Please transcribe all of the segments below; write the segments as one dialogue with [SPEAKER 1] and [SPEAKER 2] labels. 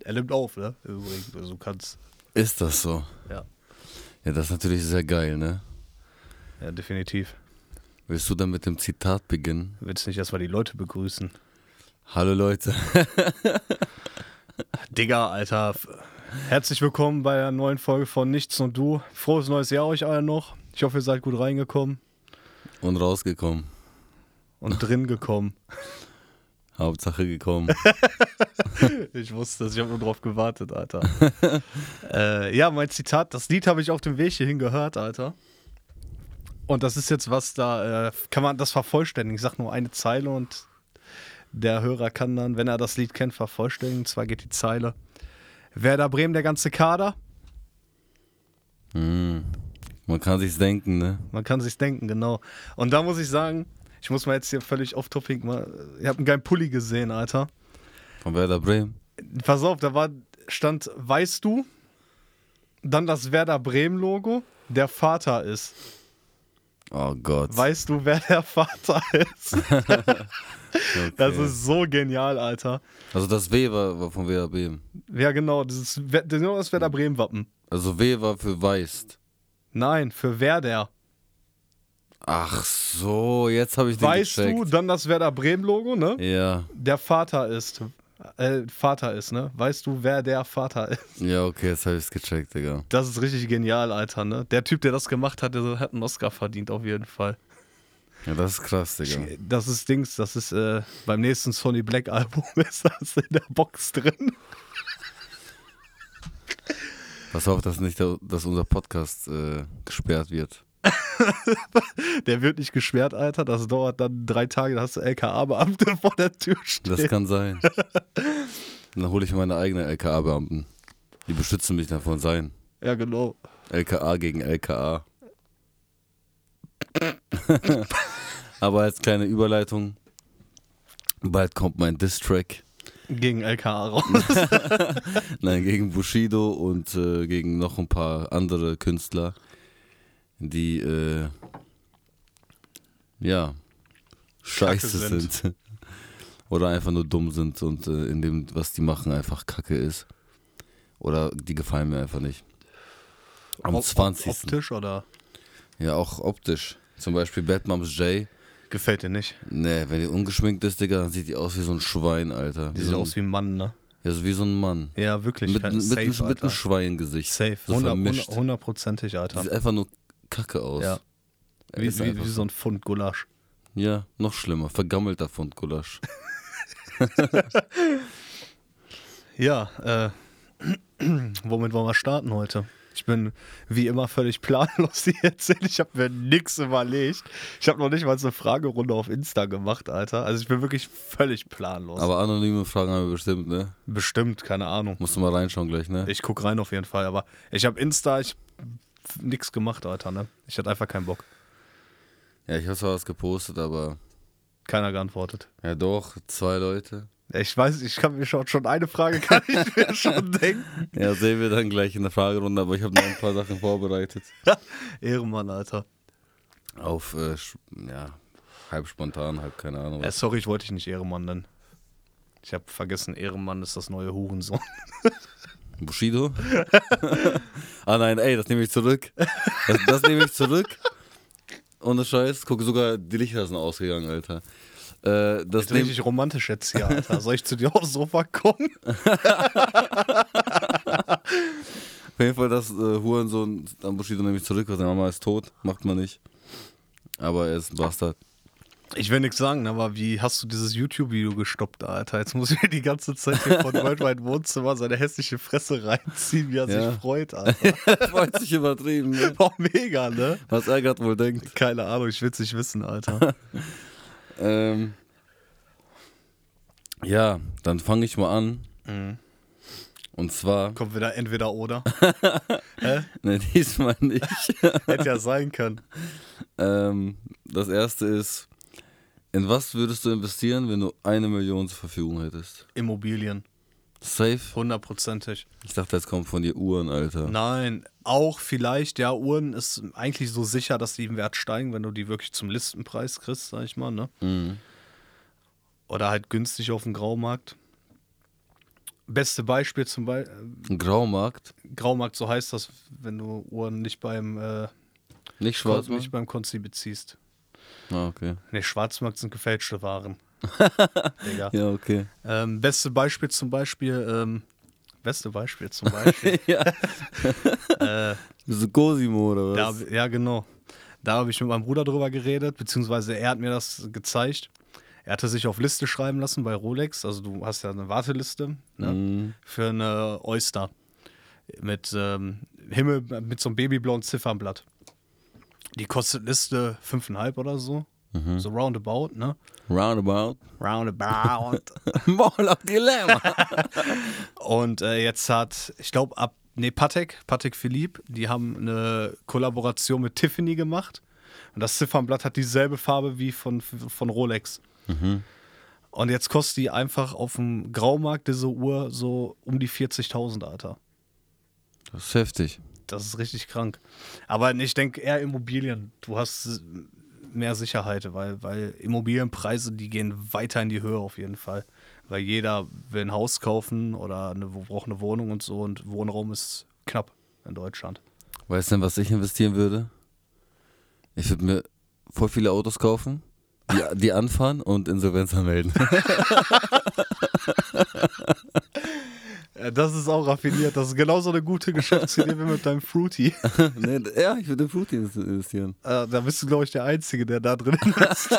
[SPEAKER 1] Er nimmt auf, ne? Übrigens, also du kannst.
[SPEAKER 2] Ist das so?
[SPEAKER 1] Ja.
[SPEAKER 2] Ja, das ist natürlich sehr geil, ne?
[SPEAKER 1] Ja, definitiv.
[SPEAKER 2] Willst du dann mit dem Zitat beginnen?
[SPEAKER 1] Willst nicht erstmal die Leute begrüßen?
[SPEAKER 2] Hallo Leute.
[SPEAKER 1] Digga, Alter. f- Herzlich willkommen bei einer neuen Folge von Nichts und Du. Frohes neues Jahr euch allen noch. Ich hoffe, ihr seid gut reingekommen
[SPEAKER 2] Und rausgekommen.
[SPEAKER 1] und drin gekommen.
[SPEAKER 2] Hauptsache gekommen.
[SPEAKER 1] Ich wusste das, ich habe nur drauf gewartet, Alter. äh, ja, mein Zitat, das Lied habe ich auf dem Weg hierhin gehört, Alter. Und das ist jetzt was, da äh, kann man das vervollständigen. Ich sag nur eine Zeile und der Hörer kann dann, wenn er das Lied kennt, vervollständigen. Und zwar geht die Zeile. Werder Bremen, der ganze Kader.
[SPEAKER 2] Hm. Man kann sich's denken, ne?
[SPEAKER 1] Man kann sich's denken, genau. Und da muss ich sagen, ich muss mal jetzt hier völlig off-topic mal. Ich habe einen geilen Pulli gesehen, Alter.
[SPEAKER 2] Von Werder Bremen.
[SPEAKER 1] Pass auf, da war, stand, weißt du, dann das Werder Bremen-Logo, der Vater ist.
[SPEAKER 2] Oh Gott.
[SPEAKER 1] Weißt du, wer der Vater ist?
[SPEAKER 2] Okay.
[SPEAKER 1] Das ist so genial, Alter.
[SPEAKER 2] also das W war, war von Werder Bremen.
[SPEAKER 1] Ja, genau, das ist Wer- genau das Werder Bremen-Wappen.
[SPEAKER 2] Also W war für Weist.
[SPEAKER 1] Nein, für Werder.
[SPEAKER 2] Ach so, jetzt habe ich den
[SPEAKER 1] Weißt du,
[SPEAKER 2] gecheckt.
[SPEAKER 1] dann das Werder Bremen-Logo, ne?
[SPEAKER 2] Ja,
[SPEAKER 1] Der Vater ist. Äh, Vater ist, ne? Weißt du, wer der Vater ist?
[SPEAKER 2] ja, okay, jetzt habe ich's gecheckt, Digga.
[SPEAKER 1] Das ist richtig genial, Alter, ne? Der Typ, der das gemacht hat, der hat einen Oscar verdient, auf jeden Fall.
[SPEAKER 2] Ja, das ist krass, Digga.
[SPEAKER 1] Das ist Dings, das ist äh, beim nächsten Sony Black Album ist das in der Box drin.
[SPEAKER 2] Pass auf, dass nicht, der- dass unser Podcast äh, gesperrt wird.
[SPEAKER 1] Der wird nicht gesperrt, Alter. Das dauert dann drei Tage, da hast du LKA-Beamte vor der Tür stehen.
[SPEAKER 2] Das kann sein. Dann hole ich meine eigenen LKA-Beamten. Die beschützen mich davon sein.
[SPEAKER 1] ja, genau.
[SPEAKER 2] LKA gegen LKA. Aber als kleine Überleitung, bald kommt mein Diss-Track.
[SPEAKER 1] Gegen LKA raus.
[SPEAKER 2] Nein, gegen Bushido und äh, gegen noch ein paar andere Künstler, die äh, ja scheiße
[SPEAKER 1] Kacke
[SPEAKER 2] sind. Oder einfach nur dumm sind und äh, in dem, was die machen, einfach Kacke ist. Oder die gefallen mir einfach nicht. Am
[SPEAKER 1] Ob- ob-
[SPEAKER 2] 20.
[SPEAKER 1] Optisch oder?
[SPEAKER 2] Ja, auch optisch. Zum Beispiel Bad Moms J.
[SPEAKER 1] Gefällt dir nicht.
[SPEAKER 2] Nee, wenn die ungeschminkt ist, Digga, dann sieht die aus wie so ein Schwein, Alter.
[SPEAKER 1] Die
[SPEAKER 2] Wie
[SPEAKER 1] sieht
[SPEAKER 2] so ein,
[SPEAKER 1] aus wie ein Mann, ne?
[SPEAKER 2] ja, so wie so ein Mann.
[SPEAKER 1] Ja, wirklich.
[SPEAKER 2] Mit, mit,
[SPEAKER 1] safe,
[SPEAKER 2] mit, mit
[SPEAKER 1] Alter.
[SPEAKER 2] einem Schweingesicht.
[SPEAKER 1] Safe.
[SPEAKER 2] So
[SPEAKER 1] Hundert-
[SPEAKER 2] vermischt.
[SPEAKER 1] hundert- Hundertprozentig, Alter.
[SPEAKER 2] Sieht einfach nur kacke aus.
[SPEAKER 1] Ja.
[SPEAKER 2] Er
[SPEAKER 1] Wie,
[SPEAKER 2] ist
[SPEAKER 1] wie,
[SPEAKER 2] einfach
[SPEAKER 1] wie so ein Pfund Gulasch.
[SPEAKER 2] Ja, noch schlimmer. Vergammelter Pfund Gulasch.
[SPEAKER 1] Ja, äh, womit wollen wir starten heute? Ich bin wie immer völlig planlos hier erzählt. Ich habe mir nichts überlegt. Ich habe noch nicht mal so eine Fragerunde auf Insta gemacht, Alter. Also ich bin wirklich völlig planlos.
[SPEAKER 2] Aber anonyme Fragen haben wir bestimmt, ne?
[SPEAKER 1] Bestimmt, keine Ahnung.
[SPEAKER 2] Musst du mal reinschauen gleich, ne?
[SPEAKER 1] Ich guck rein auf jeden Fall, aber ich habe Insta, ich hab nix gemacht, Alter, ne? Ich hatte einfach keinen Bock.
[SPEAKER 2] ja, ich habe zwar was gepostet, aber.
[SPEAKER 1] Keiner geantwortet.
[SPEAKER 2] Ja, doch, zwei Leute.
[SPEAKER 1] Ich weiß, ich kann mir schon, schon eine Frage kann ich mir schon denken.
[SPEAKER 2] Ja, sehen wir dann gleich in der Fragerunde, aber ich habe noch ein paar Sachen vorbereitet.
[SPEAKER 1] Ehrenmann, Alter.
[SPEAKER 2] Auf, äh, sch- ja, halb spontan, halb keine Ahnung.
[SPEAKER 1] Äh, sorry, ich wollte dich nicht Ehrenmann nennen. Ich habe vergessen, Ehrenmann ist das neue Hurensohn.
[SPEAKER 2] Bushido? ah nein, ey, das nehme ich zurück. Das, das nehme ich zurück. Ohne Scheiß. Guck, sogar die Lichter sind ausgegangen, Alter. Äh, das
[SPEAKER 1] Das ist
[SPEAKER 2] nehme ich.
[SPEAKER 1] richtig romantisch jetzt hier, Alter. Soll ich zu dir aufs Sofa kommen?
[SPEAKER 2] Auf jeden Fall, das äh, Hurensohn an Bushido nehme ich zurück, weil seine Mama ist tot. Macht man nicht. Aber er ist ein Bastard.
[SPEAKER 1] Ich will nichts sagen, aber wie hast du dieses YouTube-Video gestoppt, Alter? Jetzt muss ich mir die ganze Zeit hier von Worldwide Wohnzimmer seine hässliche Fresse reinziehen, wie er
[SPEAKER 2] Ja.
[SPEAKER 1] sich freut, Alter.
[SPEAKER 2] Freut sich übertrieben, ne?
[SPEAKER 1] Boah, mega, ne?
[SPEAKER 2] Was er gerade wohl denkt.
[SPEAKER 1] Keine Ahnung, ich will's nicht wissen, Alter.
[SPEAKER 2] Ähm, ja, dann fange ich mal an. Und zwar.
[SPEAKER 1] Kommt wieder entweder oder.
[SPEAKER 2] Ne, diesmal nicht.
[SPEAKER 1] Hätte ja sein können.
[SPEAKER 2] Ähm, das erste ist, in was würdest du investieren, wenn du eine Million zur Verfügung hättest?
[SPEAKER 1] Immobilien.
[SPEAKER 2] Safe?
[SPEAKER 1] Hundertprozentig.
[SPEAKER 2] Ich dachte, das kommt von dir Uhren, Alter.
[SPEAKER 1] Nein, auch vielleicht, ja, Uhren ist eigentlich so sicher, dass die im Wert steigen, wenn du die wirklich zum Listenpreis kriegst, sag ich mal, ne? Oder halt günstig auf dem Graumarkt. Beste Beispiel zum Beispiel,
[SPEAKER 2] Ein Graumarkt.
[SPEAKER 1] Graumarkt, so heißt das, wenn du Uhren nicht beim, äh,
[SPEAKER 2] Nicht schwarz.
[SPEAKER 1] Kon- nicht beim Konzi beziehst.
[SPEAKER 2] Ah, okay.
[SPEAKER 1] Ne, Schwarzmarkt sind gefälschte Waren. Digga.
[SPEAKER 2] Ja, okay.
[SPEAKER 1] Ähm, beste Beispiel zum Beispiel, ähm, beste Beispiel zum Beispiel. äh,
[SPEAKER 2] So Cosimo oder
[SPEAKER 1] da,
[SPEAKER 2] was?
[SPEAKER 1] hab- ja, genau. Da habe ich mit meinem Bruder drüber geredet, beziehungsweise er hat mir das gezeigt. Er hatte sich auf Liste schreiben lassen bei Rolex. Also du hast ja eine Warteliste ne?
[SPEAKER 2] Mhm.
[SPEAKER 1] für eine Oyster mit ähm, Himmel, mit so einem babyblauen Ziffernblatt. Die kostet Liste 5,5 oder so. So roundabout, ne?
[SPEAKER 2] Roundabout.
[SPEAKER 1] Roundabout.
[SPEAKER 2] Mall of Dilemma.
[SPEAKER 1] Und äh, jetzt hat, ich glaube, ab, nee, Patek, Patek Philippe, die haben eine Kollaboration mit Tiffany gemacht. Und das Ziffernblatt hat dieselbe Farbe wie von, von Rolex. Und jetzt kostet die einfach auf dem Graumarkt diese Uhr so um die 40.000, Alter.
[SPEAKER 2] Das ist heftig.
[SPEAKER 1] Das ist richtig krank. Aber ich denke eher Immobilien. Du hast mehr Sicherheit, weil, weil Immobilienpreise, die gehen weiter in die Höhe auf jeden Fall. Weil jeder will ein Haus kaufen oder eine, braucht eine Wohnung und so und Wohnraum ist knapp in Deutschland.
[SPEAKER 2] Weißt du, in was ich investieren würde? Ich würde mir voll viele Autos kaufen, die, die anfahren und Insolvenz anmelden.
[SPEAKER 1] Äh, Das ist auch raffiniert. Das ist genauso eine gute Geschäftsidee wie mit deinem Fruity. Äh,
[SPEAKER 2] nee, ja, ich würde in Fruity investieren.
[SPEAKER 1] da bist du, glaube ich, der Einzige, der da drin ist.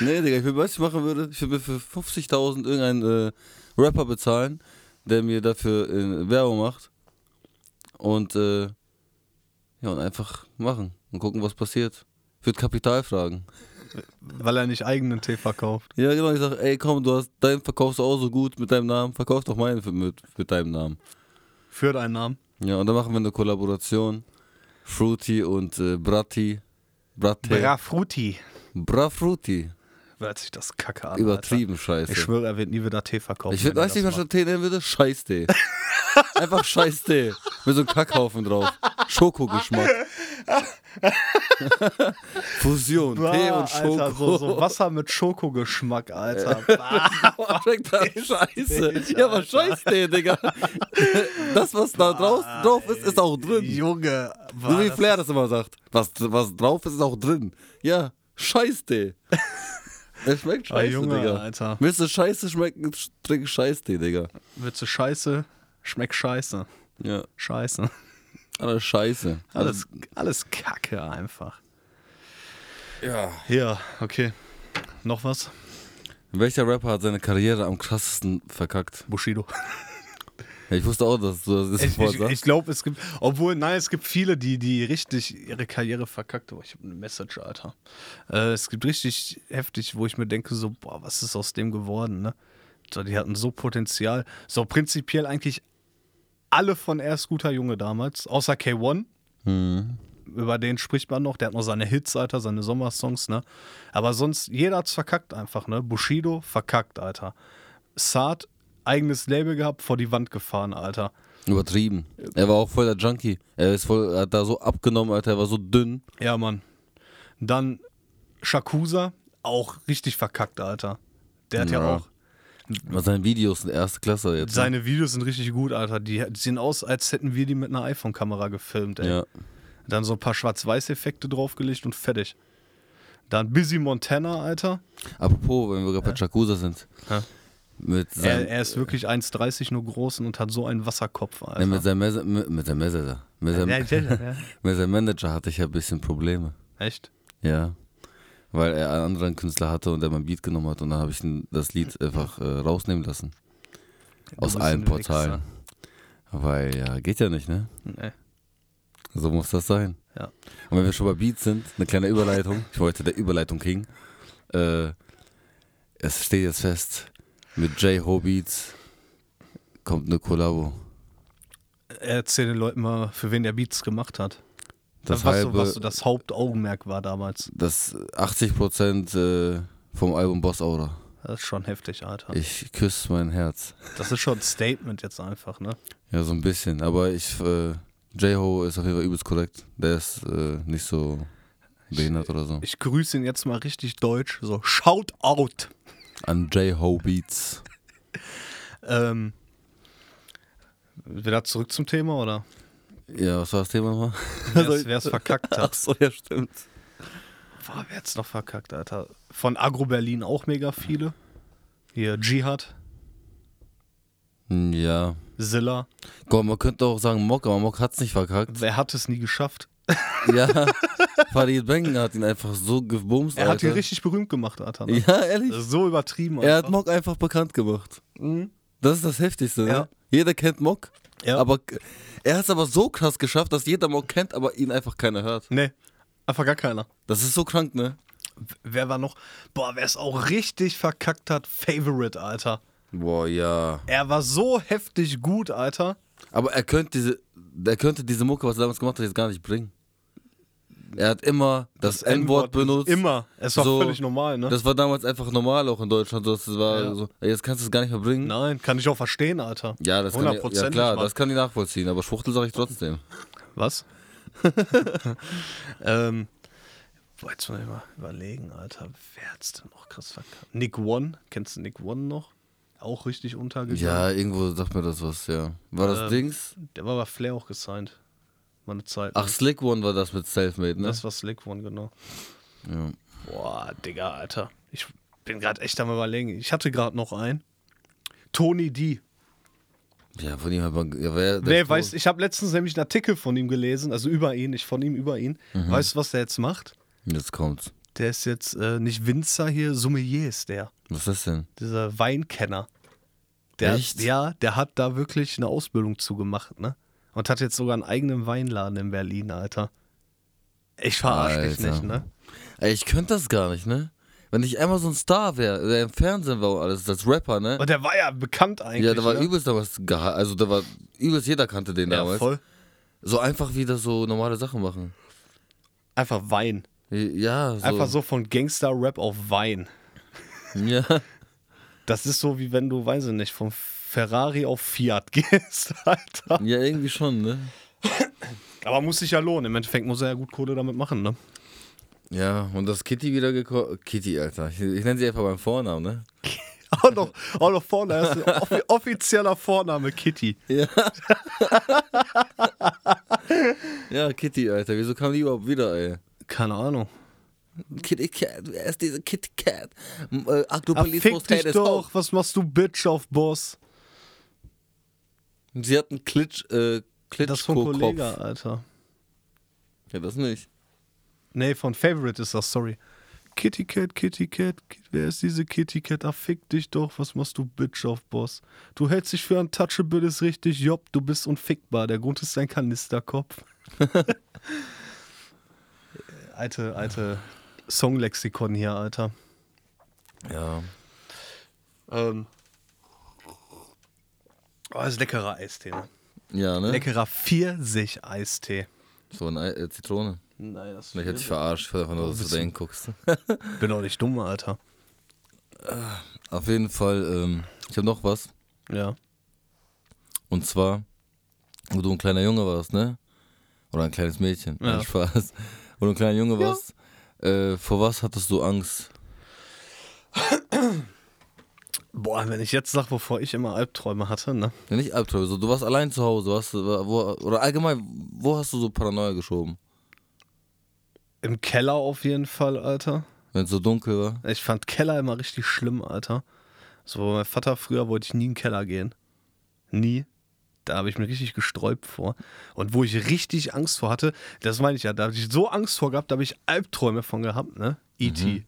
[SPEAKER 2] Nee, Digga, ich würde, weißt du, was ich machen würde? Ich würde mir für 50.000 irgendeinen äh, Rapper bezahlen, der mir dafür äh, Werbung macht. Und, äh, ja, und einfach machen und gucken, was passiert. Ich würde Kapital fragen.
[SPEAKER 1] weil er nicht eigenen Tee verkauft.
[SPEAKER 2] Ja, genau, ich sag, ey, komm, du hast, deinen verkaufst du auch so gut mit deinem Namen, verkauf doch meinen für- mit, mit deinem Namen.
[SPEAKER 1] Für deinen Namen.
[SPEAKER 2] Ja, und dann machen wir eine Kollaboration. Fruity und äh, Bratti. Bratte.
[SPEAKER 1] Bra Fruity.
[SPEAKER 2] Bra Fruity.
[SPEAKER 1] Hört sich das kacke an.
[SPEAKER 2] Übertrieben scheiße.
[SPEAKER 1] Ich schwöre, er wird nie wieder Tee verkaufen.
[SPEAKER 2] Ich würd,
[SPEAKER 1] wenn er
[SPEAKER 2] weiß nicht,
[SPEAKER 1] das
[SPEAKER 2] was ich Tee nennen würde. Scheiß-Tee. Einfach Scheiß-Tee. Mit so einem Kackhaufen drauf. Schokogeschmack. Fusion.
[SPEAKER 1] macht.
[SPEAKER 2] Tee
[SPEAKER 1] Bah,
[SPEAKER 2] und Schoko. Äh.
[SPEAKER 1] Alter, so, so Wasser mit Schokogeschmack, Alter. Bah.
[SPEAKER 2] Boah, schmeckt das scheiße. Ja, aber Scheiß-Tee, Digga. Das, was da draus, drauf ist, ist auch drin.
[SPEAKER 1] Junge, bah,
[SPEAKER 2] So wie
[SPEAKER 1] das-
[SPEAKER 2] Flair das immer sagt. Was, was drauf ist, ist auch drin. Ja, Scheiß-Tee. Es schmeckt
[SPEAKER 1] Ah,
[SPEAKER 2] scheiße,
[SPEAKER 1] Junge,
[SPEAKER 2] Digga.
[SPEAKER 1] Alter.
[SPEAKER 2] Willst du scheiße schmecken, trink Scheiß-Tee, Digga.
[SPEAKER 1] Wird so scheiße, schmeckt scheiße.
[SPEAKER 2] Ja,
[SPEAKER 1] Scheiße.
[SPEAKER 2] alles scheiße.
[SPEAKER 1] Alles,
[SPEAKER 2] Ähm.
[SPEAKER 1] alles Kacke einfach.
[SPEAKER 2] Ja.
[SPEAKER 1] Ja, okay. Noch was?
[SPEAKER 2] Welcher Rapper hat seine Karriere am krassesten verkackt?
[SPEAKER 1] Bushido.
[SPEAKER 2] Ja, ich wusste auch, dass du das
[SPEAKER 1] Ich,
[SPEAKER 2] sofort
[SPEAKER 1] ich,
[SPEAKER 2] sagst.
[SPEAKER 1] ich glaube, es gibt, obwohl, nein, es gibt viele, die, die richtig ihre Karriere verkackt haben. Ich habe eine Message, Alter. Äh, es gibt richtig heftig, wo ich mir denke, so, boah, was ist aus dem geworden, ne? So, die hatten so Potenzial. So, prinzipiell eigentlich alle von erst guter Junge damals, außer K1. Über den spricht man noch. Der hat noch seine Hits, Alter, seine Sommersongs, ne? Aber sonst, jeder hat's verkackt einfach, ne? Bushido, verkackt, Alter. Saad, eigenes Label gehabt, vor die Wand gefahren, Alter.
[SPEAKER 2] Übertrieben. Er war auch voll der Junkie. Er ist voll, er hat da so abgenommen, Alter. Er war so dünn.
[SPEAKER 1] Ja, Mann. Dann Shakusa, auch richtig verkackt, Alter. Der hat ja,
[SPEAKER 2] Ja.
[SPEAKER 1] auch.
[SPEAKER 2] Aber seine Videos sind erste Klasse jetzt. ne?
[SPEAKER 1] Seine Videos sind richtig gut, Alter. Die die sehen aus, als hätten wir die mit einer iPhone-Kamera gefilmt, ey.
[SPEAKER 2] ja.
[SPEAKER 1] Dann so ein paar Schwarz-Weiß-Effekte draufgelegt und fertig. Dann Busy Montana, Alter.
[SPEAKER 2] Apropos, wenn wir gerade bei Chakusa sind.
[SPEAKER 1] Ja.
[SPEAKER 2] Mit seinem,
[SPEAKER 1] Er, er ist wirklich 1,30 nur groß und hat so einen Wasserkopf, Alter.
[SPEAKER 2] ne, mit seinem Messer, mit, mit seinem Messer da. Mit seinem,
[SPEAKER 1] ja, ja, ja.
[SPEAKER 2] mit seinem Manager hatte ich ja ein bisschen Probleme.
[SPEAKER 1] Echt?
[SPEAKER 2] Ja. Weil er einen anderen Künstler hatte und der mein Beat genommen hat und dann habe ich ihn- das Lied einfach äh, rausnehmen lassen.
[SPEAKER 1] Du
[SPEAKER 2] Aus
[SPEAKER 1] bist
[SPEAKER 2] allen
[SPEAKER 1] ein Wichser.
[SPEAKER 2] Portalen. Weil ja, geht ja nicht, ne?
[SPEAKER 1] Nee.
[SPEAKER 2] So muss das sein.
[SPEAKER 1] Ja.
[SPEAKER 2] Und wenn wir schon bei Beats sind, eine kleine Überleitung. Ich wollte der Überleitung King. Äh, es steht jetzt fest, mit J-Ho Beats kommt eine Kollabo.
[SPEAKER 1] Erzähl den Leuten mal, für wen der Beats gemacht hat.
[SPEAKER 2] Das
[SPEAKER 1] was, so,
[SPEAKER 2] halbe,
[SPEAKER 1] was so das Hauptaugenmerk war damals.
[SPEAKER 2] das 80% äh, vom Album Boss Aura.
[SPEAKER 1] Das ist schon heftig, Alter.
[SPEAKER 2] Ich küsse mein Herz.
[SPEAKER 1] Das ist schon ein Statement jetzt einfach, ne?
[SPEAKER 2] Ja, so ein bisschen. Aber ich, äh, J-Ho ist auf jeden Fall übelst korrekt. Der ist äh, nicht so behindert oder so.
[SPEAKER 1] Ich grüße ihn jetzt mal richtig deutsch, so Shout out.
[SPEAKER 2] An J-Ho Beats.
[SPEAKER 1] Ähm, wieder zurück zum Thema, oder?
[SPEAKER 2] Ja, was war das Thema nochmal?
[SPEAKER 1] Wer's, wer's verkackt hat.
[SPEAKER 2] Achso, ja, stimmt.
[SPEAKER 1] Boah, wer hat's noch verkackt, Alter? Von Agro Berlin auch mega viele. Hier, Jihad,
[SPEAKER 2] Ja.
[SPEAKER 1] Zilla.
[SPEAKER 2] Gott, man könnte auch sagen Mock, aber Mock hat's nicht verkackt.
[SPEAKER 1] Wer hat es nie geschafft?
[SPEAKER 2] ja. Farid Bengen hat ihn einfach so gebumst.
[SPEAKER 1] Er hat ihn
[SPEAKER 2] Alter.
[SPEAKER 1] richtig berühmt gemacht, Alter. Ne?
[SPEAKER 2] Ja, ehrlich.
[SPEAKER 1] Das ist so übertrieben.
[SPEAKER 2] Er hat
[SPEAKER 1] einfach.
[SPEAKER 2] Mock einfach bekannt gemacht. Das ist das Heftigste, ne?
[SPEAKER 1] Ja.
[SPEAKER 2] Jeder kennt Mock.
[SPEAKER 1] Ja.
[SPEAKER 2] Aber k- er hat es aber so krass geschafft, dass jeder Mock kennt, aber ihn einfach keiner hört.
[SPEAKER 1] Nee, einfach gar keiner.
[SPEAKER 2] Das ist so krank, ne?
[SPEAKER 1] Wer war noch? Boah, wer es auch richtig verkackt hat, Favorite, Alter.
[SPEAKER 2] Boah, ja.
[SPEAKER 1] Er war so heftig gut, Alter.
[SPEAKER 2] Aber er könnte diese, er könnte diese Mucke, was er damals gemacht hat, jetzt gar nicht bringen. Er hat immer das, N-Wort benutzt.
[SPEAKER 1] Immer. Es war
[SPEAKER 2] So,
[SPEAKER 1] völlig normal, ne?
[SPEAKER 2] Das war damals einfach normal auch in Deutschland. so, Das war
[SPEAKER 1] Ja.
[SPEAKER 2] so, ey, jetzt kannst du es gar nicht mehr bringen.
[SPEAKER 1] Nein, kann ich auch verstehen, Alter.
[SPEAKER 2] Ja, das kann ich, ja
[SPEAKER 1] Hundertprozentig,
[SPEAKER 2] klar,
[SPEAKER 1] Mann.
[SPEAKER 2] das kann ich nachvollziehen, aber Schwuchtel sage ich trotzdem.
[SPEAKER 1] Was? ähm, boah, jetzt muss ich mal überlegen, Alter. Wer hat's denn noch krass verkackt? Nick One. Kennst du Nick One noch? Auch richtig untergegangen.
[SPEAKER 2] Ja, irgendwo sagt mir das was, ja. War das
[SPEAKER 1] Ähm,
[SPEAKER 2] Dings?
[SPEAKER 1] Der war bei Flair auch gesigned. Mal eine Zeit.
[SPEAKER 2] Ach, Slick One war das mit Selfmade, ne?
[SPEAKER 1] das war Slick One, genau.
[SPEAKER 2] ja.
[SPEAKER 1] Boah, Digga, Alter. Ich bin gerade echt am überlegen. Ich hatte gerade noch einen. Tony D.
[SPEAKER 2] ja, von ihm hat man. Ja, wer, der
[SPEAKER 1] Nee,
[SPEAKER 2] ist
[SPEAKER 1] weißt
[SPEAKER 2] tot.
[SPEAKER 1] ich habe letztens nämlich einen Artikel von ihm gelesen, also über ihn, nicht von ihm, über ihn.
[SPEAKER 2] Mhm.
[SPEAKER 1] Weißt du, was der jetzt macht?
[SPEAKER 2] Jetzt kommt's.
[SPEAKER 1] Der ist jetzt äh, nicht Winzer hier, Sommelier ist der.
[SPEAKER 2] Was ist das denn?
[SPEAKER 1] Dieser Weinkenner. Der
[SPEAKER 2] Echt?
[SPEAKER 1] Hat, ja, der hat da wirklich eine Ausbildung zugemacht, ne? Und hat jetzt sogar einen eigenen Weinladen in Berlin, Alter. Ich verarsche dich
[SPEAKER 2] Alter.
[SPEAKER 1] nicht, ne?
[SPEAKER 2] Ey, ich könnte das gar nicht, ne? Wenn ich einmal so ein Star wäre, der im Fernsehen war und alles, als Rapper, ne?
[SPEAKER 1] Und der war ja bekannt eigentlich.
[SPEAKER 2] Ja, da war
[SPEAKER 1] ne?
[SPEAKER 2] übelst damals geha- Also, da war übelst jeder kannte den
[SPEAKER 1] ja,
[SPEAKER 2] damals.
[SPEAKER 1] voll.
[SPEAKER 2] So einfach wieder so normale Sachen machen.
[SPEAKER 1] Einfach Wein.
[SPEAKER 2] Ja, so.
[SPEAKER 1] Einfach so von Gangster-Rap auf Wein.
[SPEAKER 2] Ja.
[SPEAKER 1] Das ist so, wie wenn du, weiß ich nicht, vom Ferrari auf Fiat gehst, Alter.
[SPEAKER 2] ja, irgendwie schon, ne?
[SPEAKER 1] Aber muss sich ja lohnen. Im Endeffekt muss er ja gut Kohle damit machen, ne?
[SPEAKER 2] Ja, und dass Kitty wieder gekommen. Kitty, Alter. Ich, ich nenne sie einfach beim Vornamen, ne?
[SPEAKER 1] Auch noch, auch noch Vorname. Das ist ein offi- offizieller Vorname, Kitty.
[SPEAKER 2] Ja. ja, Kitty, Alter. Wieso kam die überhaupt wieder, ey?
[SPEAKER 1] Keine Ahnung.
[SPEAKER 2] Kitty Cat, wer ist diese Kitty Cat? M- Äh,
[SPEAKER 1] Ach,
[SPEAKER 2] Akropolis
[SPEAKER 1] fick dich doch. Was machst du, Bitch, auf Boss?
[SPEAKER 2] Sie hat einen Klitsch,
[SPEAKER 1] Das
[SPEAKER 2] äh,
[SPEAKER 1] ist von
[SPEAKER 2] Klitschko-Kopf.
[SPEAKER 1] Kollege, Alter.
[SPEAKER 2] Ja, das nicht.
[SPEAKER 1] Nee, von Favorite ist das, sorry. Kitty Cat, Kitty Cat, Ki- wer ist diese Kitty Cat? Ach, fick dich doch, was machst du, Bitch, auf Boss? Du hältst dich für untouchable, ist richtig, jopp, du bist unfickbar. Der Grund ist dein Kanisterkopf. alte, alte Songlexikon hier, Alter.
[SPEAKER 2] Ja.
[SPEAKER 1] Ähm. Oh, ist leckerer Eistee, ne?
[SPEAKER 2] Ja, ne?
[SPEAKER 1] Leckerer Pfirsich-Eistee.
[SPEAKER 2] So eine äh, Zitrone.
[SPEAKER 1] Nein, das
[SPEAKER 2] Ich hätte dich verarscht, weil du einfach nur so dahin guckst.
[SPEAKER 1] bin doch nicht dumm, Alter.
[SPEAKER 2] Auf jeden Fall, ähm, ich habe noch was.
[SPEAKER 1] Ja.
[SPEAKER 2] Und zwar, wo du ein kleiner Junge warst, ne? Oder ein kleines Mädchen.
[SPEAKER 1] Ja.
[SPEAKER 2] Ja. Spaß. Wo du ein kleiner Junge warst. Äh, vor was hattest du Angst?
[SPEAKER 1] Boah, wenn ich jetzt sage, wovor ich immer Albträume hatte, ne?
[SPEAKER 2] Ja, nicht Albträume, so, du warst allein zu Hause. Warst, du- wo, oder allgemein, wo hast du so Paranoia geschoben?
[SPEAKER 1] Im Keller auf jeden Fall, Alter.
[SPEAKER 2] Wenn es so dunkel war?
[SPEAKER 1] Ich fand Keller immer richtig schlimm, Alter. So, bei meinem Vater früher wollte ich nie in den Keller gehen. Nie. Da habe ich mir richtig gesträubt vor. Und wo ich richtig Angst vor hatte, das meine ich ja, da habe ich so Angst vor gehabt, da habe ich Albträume von gehabt, ne? E.T.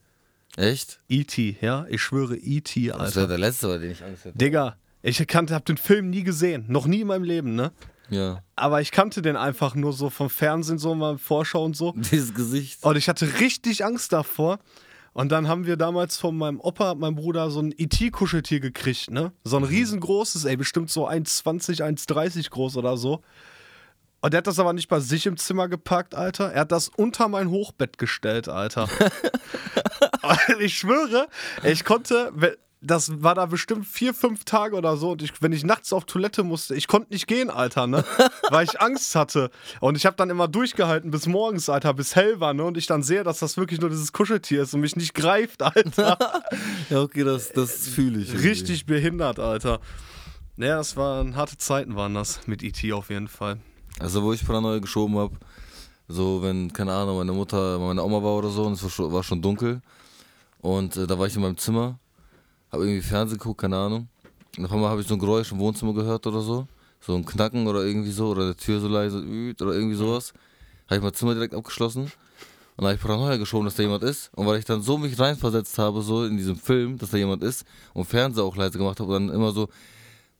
[SPEAKER 2] Echt?
[SPEAKER 1] E.T., ja? Ich schwöre, E.T.,
[SPEAKER 2] Das wäre
[SPEAKER 1] Alter.
[SPEAKER 2] der letzte, bei dem ich Angst hätte.
[SPEAKER 1] Digga, ich kannte, habe den Film nie gesehen. Noch nie in meinem Leben, ne?
[SPEAKER 2] Ja.
[SPEAKER 1] Aber ich kannte den einfach nur so vom Fernsehen, so mal Vorschau und so.
[SPEAKER 2] Dieses Gesicht.
[SPEAKER 1] Und ich hatte richtig Angst davor. Und dann haben wir damals von meinem Opa, meinem Bruder, so ein IT-Kuscheltier gekriegt, ne? So ein riesengroßes, ey, bestimmt so 1,20, 1,30 groß oder so. Und der hat das aber nicht bei sich im Zimmer gepackt, Alter. Er hat das unter mein Hochbett gestellt, Alter. Und ich schwöre, ich konnte, we- das war da bestimmt vier, fünf Tage oder so. Und ich, wenn ich nachts auf Toilette musste, ich konnte nicht gehen, Alter, ne? Weil ich Angst hatte. Und ich habe dann immer durchgehalten bis morgens, Alter, bis hell war, ne? Und ich dann sehe, dass das wirklich nur dieses Kuscheltier ist und mich nicht greift, Alter.
[SPEAKER 2] Ja, okay, das, das fühle ich. irgendwie.
[SPEAKER 1] Richtig behindert, Alter. Naja, das waren harte Zeiten, waren das mit E.T. auf jeden Fall.
[SPEAKER 2] Also, wo ich Paranoia geschoben habe, so, wenn, keine Ahnung, meine Mutter, meine Oma war oder so und es war schon, war schon dunkel. Und äh, da war ich in meinem Zimmer, habe irgendwie Fernsehen geguckt, keine Ahnung. Und auf einmal habe ich so ein Geräusch im Wohnzimmer gehört oder so. So ein Knacken oder irgendwie so, oder der Tür so leise üht oder irgendwie sowas. Habe ich mein Zimmer direkt abgeschlossen. Und da habe ich Paranoia geschoben, dass da jemand ist. Und weil ich dann so mich reinversetzt habe, so in diesem Film, dass da jemand ist und Fernseher auch leise gemacht habe, und dann immer so,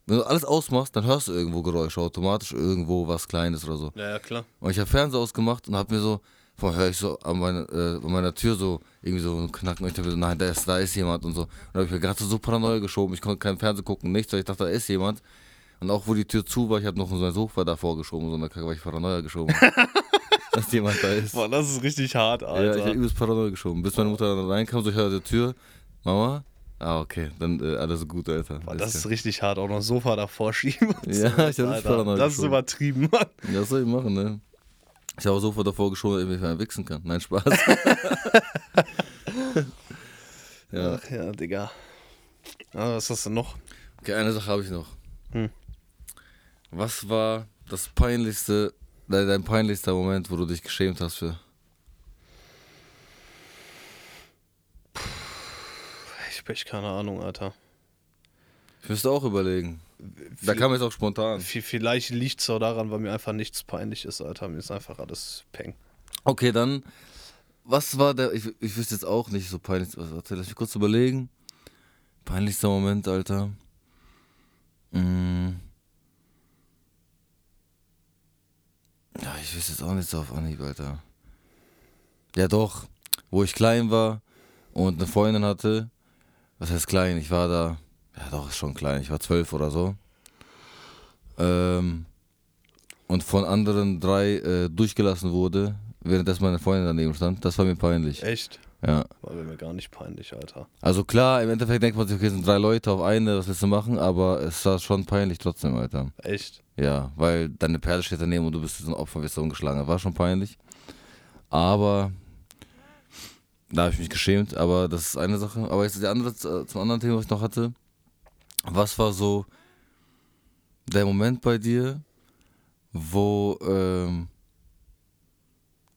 [SPEAKER 2] wenn du alles ausmachst, dann hörst du irgendwo Geräusche, automatisch irgendwo was Kleines oder so.
[SPEAKER 1] Ja, ja, klar.
[SPEAKER 2] Und ich habe Fernseher ausgemacht und habe mir so, vorher höre ich so an, meine, äh, an meiner Tür so irgendwie so einen Knacken. Und ich dachte mir so, nein, da ist, da ist jemand und so. Und da habe ich mir gerade so, so Paranoia geschoben. Ich konnte keinen Fernseher gucken, nichts, weil ich dachte, da ist jemand. Und auch wo die Tür zu war, ich habe noch so ein Sofa davor geschoben, so eine Kacke, weil ich Paranoia geschoben habe. dass jemand da ist.
[SPEAKER 1] Boah, das ist richtig hart,
[SPEAKER 2] Ja, ich
[SPEAKER 1] Alter.
[SPEAKER 2] habe übelst Paranoia geschoben. Bis meine Mutter dann reinkam, so ich hatte die Tür. Mama? Ah, okay, dann äh, alles gut, Alter.
[SPEAKER 1] Boah, das ist richtig hart, auch noch Sofa davor schieben. und
[SPEAKER 2] Ja,
[SPEAKER 1] sowas,
[SPEAKER 2] ich hab richtig Paranoia
[SPEAKER 1] Das ist
[SPEAKER 2] geschoben.
[SPEAKER 1] übertrieben, Mann.
[SPEAKER 2] Ja, was soll ich machen, ne? Ich habe sofort davor geschoben, dass ich mir wichsen kann. Nein, Spaß. ja.
[SPEAKER 1] Ach ja, Digga. Ah, was hast du noch?
[SPEAKER 2] Okay, eine Sache habe ich noch.
[SPEAKER 1] Hm.
[SPEAKER 2] Was war das peinlichste, nein, dein peinlichster Moment, wo du dich geschämt hast für?
[SPEAKER 1] Ich hab echt keine Ahnung, Alter.
[SPEAKER 2] Ich müsste auch überlegen. Da
[SPEAKER 1] Viel-
[SPEAKER 2] kam jetzt auch spontan.
[SPEAKER 1] V- Vielleicht liegt es auch daran, weil mir einfach nichts peinlich ist, Alter. Mir ist einfach alles peng.
[SPEAKER 2] Okay, dann, was war der, ich, ich wüsste jetzt auch nicht so peinlich, was- warte, lass mich kurz überlegen. Peinlichster Moment, Alter. Mm. Ja, ich wüsste jetzt auch nicht so auf Anhieb, Alter. Ja doch, wo ich klein war und eine Freundin hatte, was heißt klein, ich war da, ja doch, ist schon klein, ich war zwölf oder so. Ähm, und von anderen drei äh, durchgelassen wurde, währenddessen meine Freundin daneben stand. Das war mir peinlich.
[SPEAKER 1] Echt?
[SPEAKER 2] Ja.
[SPEAKER 1] War mir gar nicht peinlich, Alter.
[SPEAKER 2] Also klar, im Endeffekt denkt man sich, okay, es sind drei Leute auf eine, was willst du machen? Aber es war schon peinlich trotzdem, Alter.
[SPEAKER 1] Echt?
[SPEAKER 2] Ja, weil deine Perle steht daneben und du bist so ein Opfer, wirst so umgeschlagen. Das war schon peinlich. Aber da habe ich mich geschämt, aber das ist eine Sache. Aber jetzt die andere, äh, zum anderen Thema, was ich noch hatte. Was war so der Moment bei dir, wo ähm,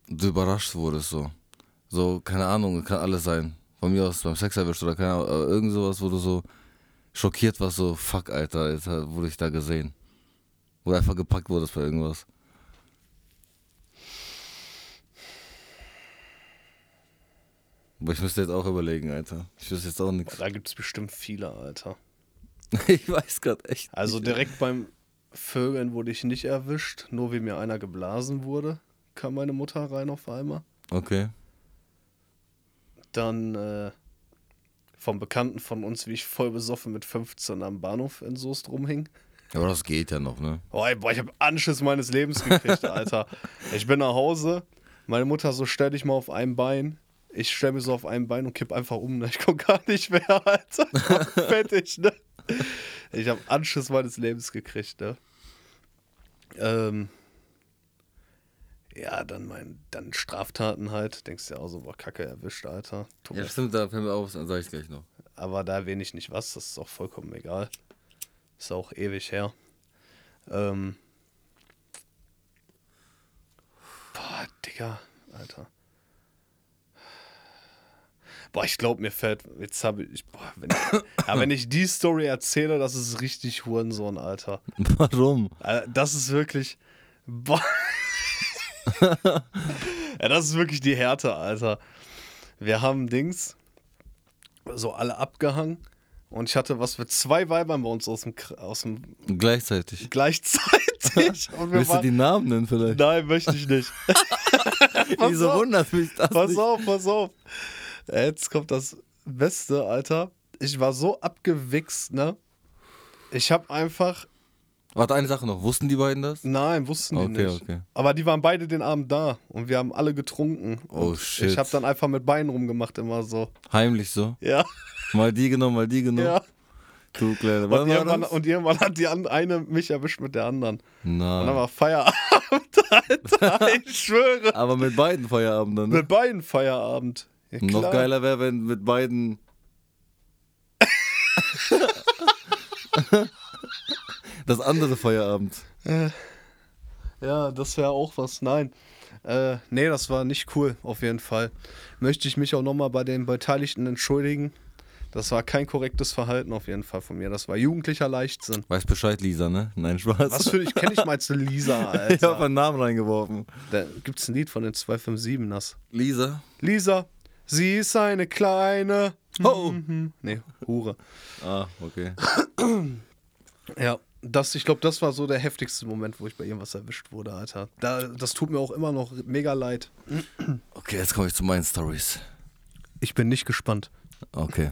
[SPEAKER 2] du überrascht wurdest so? So, keine Ahnung, kann alles sein. Von mir aus beim Sex erwischt oder keine Ahnung, aber irgend sowas, wo du so schockiert warst, so, fuck, Alter, jetzt wurde ich da gesehen. Wo du einfach gepackt wurdest bei irgendwas. Aber ich müsste jetzt auch überlegen, Alter. Ich wüsste jetzt auch
[SPEAKER 1] Boah,
[SPEAKER 2] nichts.
[SPEAKER 1] Da gibt es bestimmt viele, Alter.
[SPEAKER 2] Ich weiß gerade echt.
[SPEAKER 1] Also direkt beim Vögeln wurde ich nicht erwischt, nur wie mir einer geblasen wurde, kam meine Mutter rein auf einmal.
[SPEAKER 2] Okay.
[SPEAKER 1] Dann äh, vom Bekannten von uns, wie ich voll besoffen mit 15 am Bahnhof in Soest rumhing.
[SPEAKER 2] Aber das geht ja noch, ne?
[SPEAKER 1] Oh, ey, boah, ich habe Anschiss meines Lebens gekriegt, Alter. Ich bin nach Hause, meine Mutter so, stell dich mal auf ein Bein. Ich stell mich so auf ein Bein und kipp einfach um. ne? Ich guck gar nicht mehr, Alter. Fertig, ne? Ich habe Anschiss meines Lebens gekriegt, ne? Ähm, ja, dann mein, dann Straftaten halt. Denkst ja auch so, boah, Kacke erwischt, Alter. Tut mir
[SPEAKER 2] Ja, stimmt, da fällt mir auf, dann sag ich gleich noch.
[SPEAKER 1] aber da erwähne ich nicht was, das ist auch vollkommen egal. Ist auch ewig her. Ähm. Boah, Digga, Alter. Boah, ich glaube, mir fällt. Jetzt habe ich. Boah, wenn ich aber wenn ich die Story erzähle, das ist richtig Hurensohn, Alter.
[SPEAKER 2] Warum?
[SPEAKER 1] Alter, Äh, Das ist wirklich. Boah. ja, das ist wirklich die Härte, Alter. Wir haben Dings so alle abgehangen und ich hatte was mit zwei Weibern bei uns aus dem, Kr- aus dem
[SPEAKER 2] Gleichzeitig.
[SPEAKER 1] gleichzeitig. Und wir
[SPEAKER 2] Willst du die
[SPEAKER 1] waren,
[SPEAKER 2] Namen nennen vielleicht?
[SPEAKER 1] nein, möchte ich nicht.
[SPEAKER 2] Wieso
[SPEAKER 1] auf.
[SPEAKER 2] wundert mich das
[SPEAKER 1] pass
[SPEAKER 2] nicht?
[SPEAKER 1] auf, pass auf. Jetzt kommt das Beste, Alter. Ich war so abgewichst, ne? Ich habe einfach
[SPEAKER 2] Warte, eine Sache noch. Wussten die beiden das?
[SPEAKER 1] Nein, wussten die
[SPEAKER 2] Okay,
[SPEAKER 1] nicht.
[SPEAKER 2] okay.
[SPEAKER 1] Aber die waren beide den Abend da und wir haben alle getrunken.
[SPEAKER 2] Oh,
[SPEAKER 1] und
[SPEAKER 2] shit.
[SPEAKER 1] Ich habe dann einfach mit Beinen rumgemacht immer so.
[SPEAKER 2] Heimlich so.
[SPEAKER 1] Ja,
[SPEAKER 2] Mal die genommen, mal die genommen.
[SPEAKER 1] ja.
[SPEAKER 2] Du Kleine.
[SPEAKER 1] Und
[SPEAKER 2] Wann war
[SPEAKER 1] irgendwann,
[SPEAKER 2] das?
[SPEAKER 1] und irgendwann hat die an- eine mich erwischt mit der anderen. Und dann
[SPEAKER 2] Nein.
[SPEAKER 1] war Feierabend, Alter. Ich schwöre.
[SPEAKER 2] Aber mit beiden Feierabend dann. Ne?
[SPEAKER 1] Mit beiden Feierabend. Ja,
[SPEAKER 2] Noch
[SPEAKER 1] klar.
[SPEAKER 2] geiler wäre, wenn mit beiden. das andere Feierabend.
[SPEAKER 1] Ja, das wäre auch was. Nein. Äh, nee, das war nicht cool, auf jeden Fall. Möchte ich mich auch nochmal bei den Beteiligten entschuldigen. Das war kein korrektes Verhalten auf jeden Fall von mir. Das war jugendlicher Leichtsinn.
[SPEAKER 2] Weiß Bescheid, Lisa, ne? Nein, Spaß.
[SPEAKER 1] Was für ich kenne ich mal als Lisa,
[SPEAKER 2] Ich
[SPEAKER 1] Alter.
[SPEAKER 2] habe meinen Namen reingeworfen.
[SPEAKER 1] Da gibt's ein Lied von den 257ers.
[SPEAKER 2] Lisa?
[SPEAKER 1] Lisa, sie ist eine kleine.
[SPEAKER 2] Oh.
[SPEAKER 1] Mhm. Nee, Hure.
[SPEAKER 2] Ah, okay.
[SPEAKER 1] Ja, das, ich glaube, das war so der heftigste Moment, wo ich bei irgendwas erwischt wurde, Alter. Da, das tut mir auch immer noch mega leid.
[SPEAKER 2] Okay, jetzt komme ich zu meinen Stories.
[SPEAKER 1] Ich bin nicht gespannt.
[SPEAKER 2] Okay.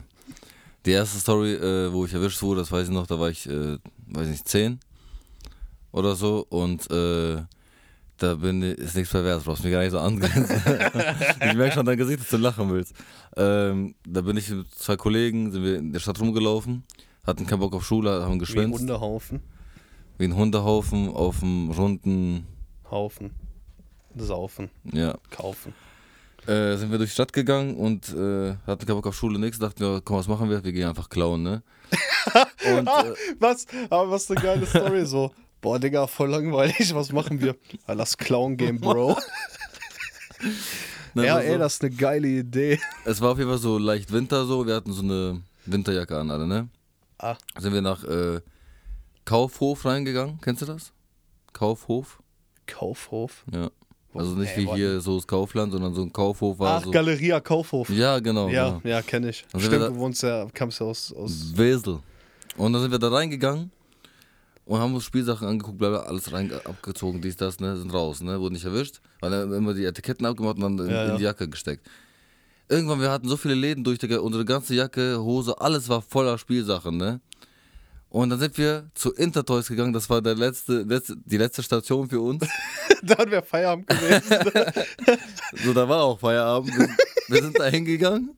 [SPEAKER 2] Die erste Story, äh, wo ich erwischt wurde, das weiß ich noch, da war ich, äh, weiß nicht, 10 oder so und äh, da bin ich, ist nichts pervers, brauchst mich gar nicht so angrenzen. ich merke schon dein Gesicht, dass du lachen willst. Ähm, da bin ich mit zwei Kollegen, sind wir in der Stadt rumgelaufen, hatten keinen Bock auf Schule, haben
[SPEAKER 1] Wie ein
[SPEAKER 2] geschwänzt,
[SPEAKER 1] Hundehaufen.
[SPEAKER 2] wie ein Hundehaufen auf dem runden,
[SPEAKER 1] Haufen. Saufen.
[SPEAKER 2] ja,
[SPEAKER 1] Kaufen.
[SPEAKER 2] äh, sind wir durch die Stadt gegangen und äh, hatten keinen Bock auf Schule, nix. Dachten wir, komm, was machen wir? Wir gehen einfach klauen, ne? und äh,
[SPEAKER 1] Was? Aber was eine geile Story so. Boah, Digga, voll langweilig. Was machen wir? Ja, lass Clown gehen, Bro.
[SPEAKER 2] ne,
[SPEAKER 1] ja,
[SPEAKER 2] also,
[SPEAKER 1] ey, das ist eine geile Idee.
[SPEAKER 2] es war auf jeden Fall so leicht Winter so. Wir hatten so eine Winterjacke an alle, ne?
[SPEAKER 1] Ah.
[SPEAKER 2] Sind wir nach äh, Kaufhof reingegangen. Kennst du das? Kaufhof?
[SPEAKER 1] Kaufhof.
[SPEAKER 2] Ja. Also nicht
[SPEAKER 1] Ey,
[SPEAKER 2] wie
[SPEAKER 1] what?
[SPEAKER 2] hier so das Kaufland, sondern so ein Kaufhof war
[SPEAKER 1] Ach,
[SPEAKER 2] so.
[SPEAKER 1] Galeria Kaufhof.
[SPEAKER 2] Also- Ja, genau. genau.
[SPEAKER 1] Ja, ja, kenne ich.
[SPEAKER 2] Also
[SPEAKER 1] Stimmt,
[SPEAKER 2] wir-
[SPEAKER 1] du wohnst ja, kamst ja aus, aus
[SPEAKER 2] Wesel. Und dann sind wir da reingegangen und haben uns Spielsachen angeguckt, bla bla, alles rein abgezogen, dies, das, ne, sind raus, ne, wurden nicht erwischt, weil dann immer die Etiketten abgemacht und dann in,
[SPEAKER 1] Ja, ja.
[SPEAKER 2] in die Jacke gesteckt. Irgendwann, wir hatten so viele Läden durch, Digga, unsere ganze Jacke, Hose, alles war voller Spielsachen, ne. Und dann sind wir zu Intertoys gegangen, das war der letzte, letzte, die letzte Station für uns. Mhm.
[SPEAKER 1] dann wäre Feierabend gewesen.
[SPEAKER 2] So, da war auch Feierabend. Wir, wir sind da hingegangen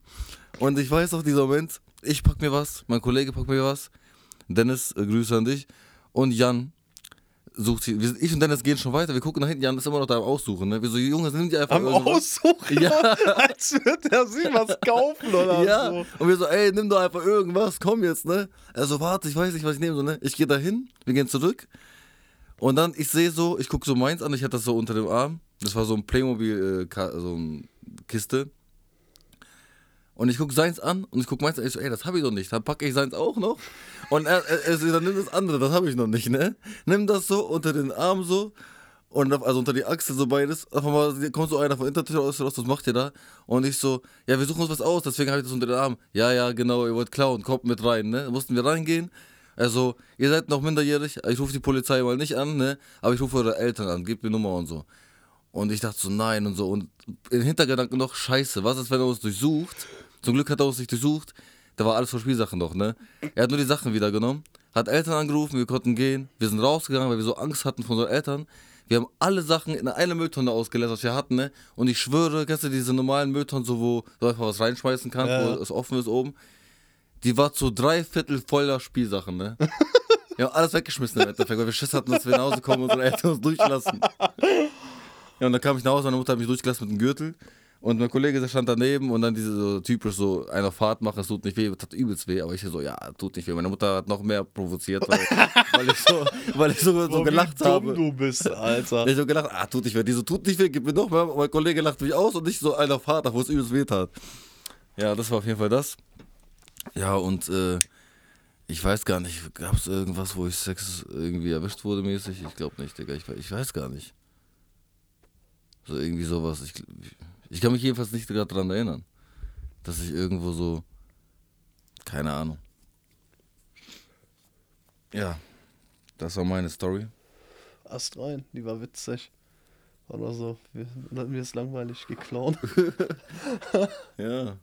[SPEAKER 2] und ich weiß noch, dieser Moment, ich pack mir was, mein Kollege packt mir was, Dennis, äh, Grüße an dich und Jan sucht sie. Wir, sind- ich und Dennis gehen schon weiter, wir gucken nach hinten, Jan ist immer noch da am Aussuchen. Ne? Wir so, Junge, nimm die einfach
[SPEAKER 1] Am
[SPEAKER 2] irgendwas.
[SPEAKER 1] Aussuchen,
[SPEAKER 2] Also- Ja.
[SPEAKER 1] als würde er sich was kaufen oder
[SPEAKER 2] Ja,
[SPEAKER 1] so.
[SPEAKER 2] und wir so, ey, nimm doch einfach irgendwas, komm jetzt, ne? Er so, warte, ich weiß nicht, was ich nehme, so, ne? Ich gehe da hin, wir gehen zurück. Und dann, ich sehe so, ich gucke so meins an, ich hatte das so unter dem Arm. Das war so ein Playmobil, äh, Ka- so ein Kiste. Und ich gucke seins an und ich gucke meins an. Ich so, ey, das habe ich doch nicht. Dann packe ich seins auch noch. Und er, er, er so, dann nimm das andere, das habe ich noch nicht, ne? Nimm das so unter den Arm so. Und auf, also unter die Achsel so beides. Auf einmal kommt so einer von Intertür aus, raus, was macht ihr da? Und ich so, ja, wir suchen uns was aus, deswegen habe ich das unter den Arm. Ja, ja, genau, ihr wollt klauen, kommt mit rein, ne? Mussten wir reingehen. Also, ihr seid noch minderjährig, ich rufe die Polizei mal nicht an, ne? Aber ich rufe eure Eltern an, gebt mir Nummer und so. Und ich dachte so, nein und so. Und im Hintergedanken noch, scheiße, was ist, wenn er uns durchsucht? Zum Glück hat er uns nicht durchsucht. Da war alles von Spielsachen noch, ne? Er hat nur die Sachen wieder genommen, hat Eltern angerufen, wir konnten gehen. Wir sind rausgegangen, weil wir so Angst hatten von unseren Eltern. Wir haben alle Sachen in eine Mülltonne ausgelassen, was wir hatten, ne? Und ich schwöre, kennst du diese normalen Mülltonnen, so wo du einfach was reinschmeißen kannst,
[SPEAKER 1] Ja.
[SPEAKER 2] wo es offen ist oben? Die war zu drei Viertel voller Spielsachen, ne? Wir haben alles weggeschmissen im Endeffekt, weil wir Schiss hatten, dass wir nach Hause kommen und unsere Eltern uns durchlassen. Ja, und dann kam ich nach Hause, meine Mutter hat mich durchgelassen mit dem Gürtel. Und mein Kollege der stand daneben und dann diese so typisch so einer Fahrt machen, es tut nicht weh, tat übelst weh, aber ich so, ja, tut nicht weh. Meine Mutter hat noch mehr provoziert, weil, weil ich so, weil ich so, so
[SPEAKER 1] Boah,
[SPEAKER 2] gelacht
[SPEAKER 1] wie
[SPEAKER 2] habe.
[SPEAKER 1] dumm du bist, Alter.
[SPEAKER 2] Ich so gedacht, ah, tut nicht weh. Die so, tut nicht weh, gib mir noch mehr. Und Mein Kollege lacht mich aus und ich so, einer Vater, wo es übelst weh tat. Ja, das war auf jeden Fall das. Ja, und äh, ich weiß gar nicht, gab es irgendwas, wo ich Sex irgendwie erwischt wurde mäßig? Ich glaube nicht, Digga. Ich, we- ich weiß gar nicht. So irgendwie sowas. Ich, gl- ich kann mich jedenfalls nicht gerade daran erinnern, dass ich irgendwo so. Keine Ahnung. Ja, das war meine Story.
[SPEAKER 1] Ast rein, die war witzig. Oder so. Wir- Mir ist langweilig geklaut.
[SPEAKER 2] Ja.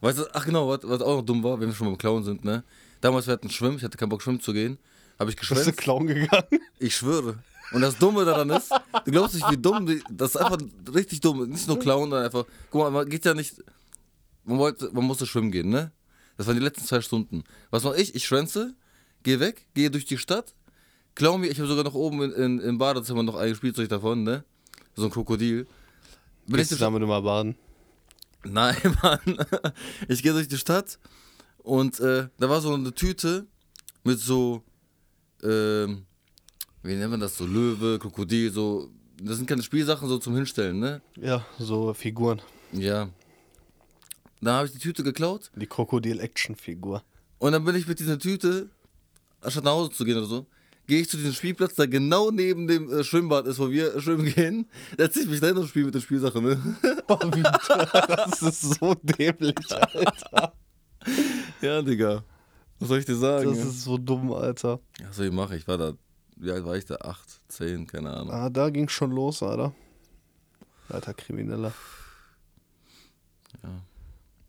[SPEAKER 2] Weißt du, ach genau, was, was auch noch dumm war, wenn wir schon beim Clown sind, ne? Damals, wir hatten Schwimmen, ich hatte keinen Bock, schwimmen zu gehen. Habe ich
[SPEAKER 1] Bist du
[SPEAKER 2] geschwänzt.
[SPEAKER 1] klauen gegangen?
[SPEAKER 2] Ich schwöre. Und das Dumme daran ist, du glaubst nicht, wie dumm, die, das ist einfach richtig dumm. Nicht nur Clown, sondern einfach, guck mal, man geht ja nicht, man, wollte, man musste schwimmen gehen, ne? Das waren die letzten zwei Stunden. Was mache ich? Ich schwänze, gehe weg, gehe durch die Stadt, klau mir, ich habe sogar noch oben in, in, im Badezimmer noch ein Spielzeug davon, ne? So ein Krokodil. Bin ich
[SPEAKER 1] Bist du
[SPEAKER 2] zur
[SPEAKER 1] damit immer baden?
[SPEAKER 2] Nein, Mann. Ich gehe durch die Stadt und äh, da war so eine Tüte mit so äh, ähm, wie nennt man das so, Löwe, Krokodil, so, das sind keine Spielsachen so zum Hinstellen, ne?
[SPEAKER 1] Ja, so Figuren.
[SPEAKER 2] Ja. Dann habe ich die Tüte geklaut
[SPEAKER 1] Die Krokodil-Action-Figur.
[SPEAKER 2] und dann bin ich mit dieser Tüte, anstatt nach Hause zu gehen oder so, gehe ich zu diesem Spielplatz, der genau neben dem äh, Schwimmbad ist, wo wir schwimmen gehen. Da ziehe ich mich rein und spiele mit der Spielsache, ne?
[SPEAKER 1] das ist so dämlich, Alter.
[SPEAKER 2] Ja, Digga. Was soll ich dir sagen?
[SPEAKER 1] Das ist so dumm, Alter.
[SPEAKER 2] ja, so, ich mache, ich war da, wie alt war ich da? Acht, zehn, keine Ahnung.
[SPEAKER 1] Ah, da ging's schon los, Alter. Alter Krimineller.
[SPEAKER 2] Ja.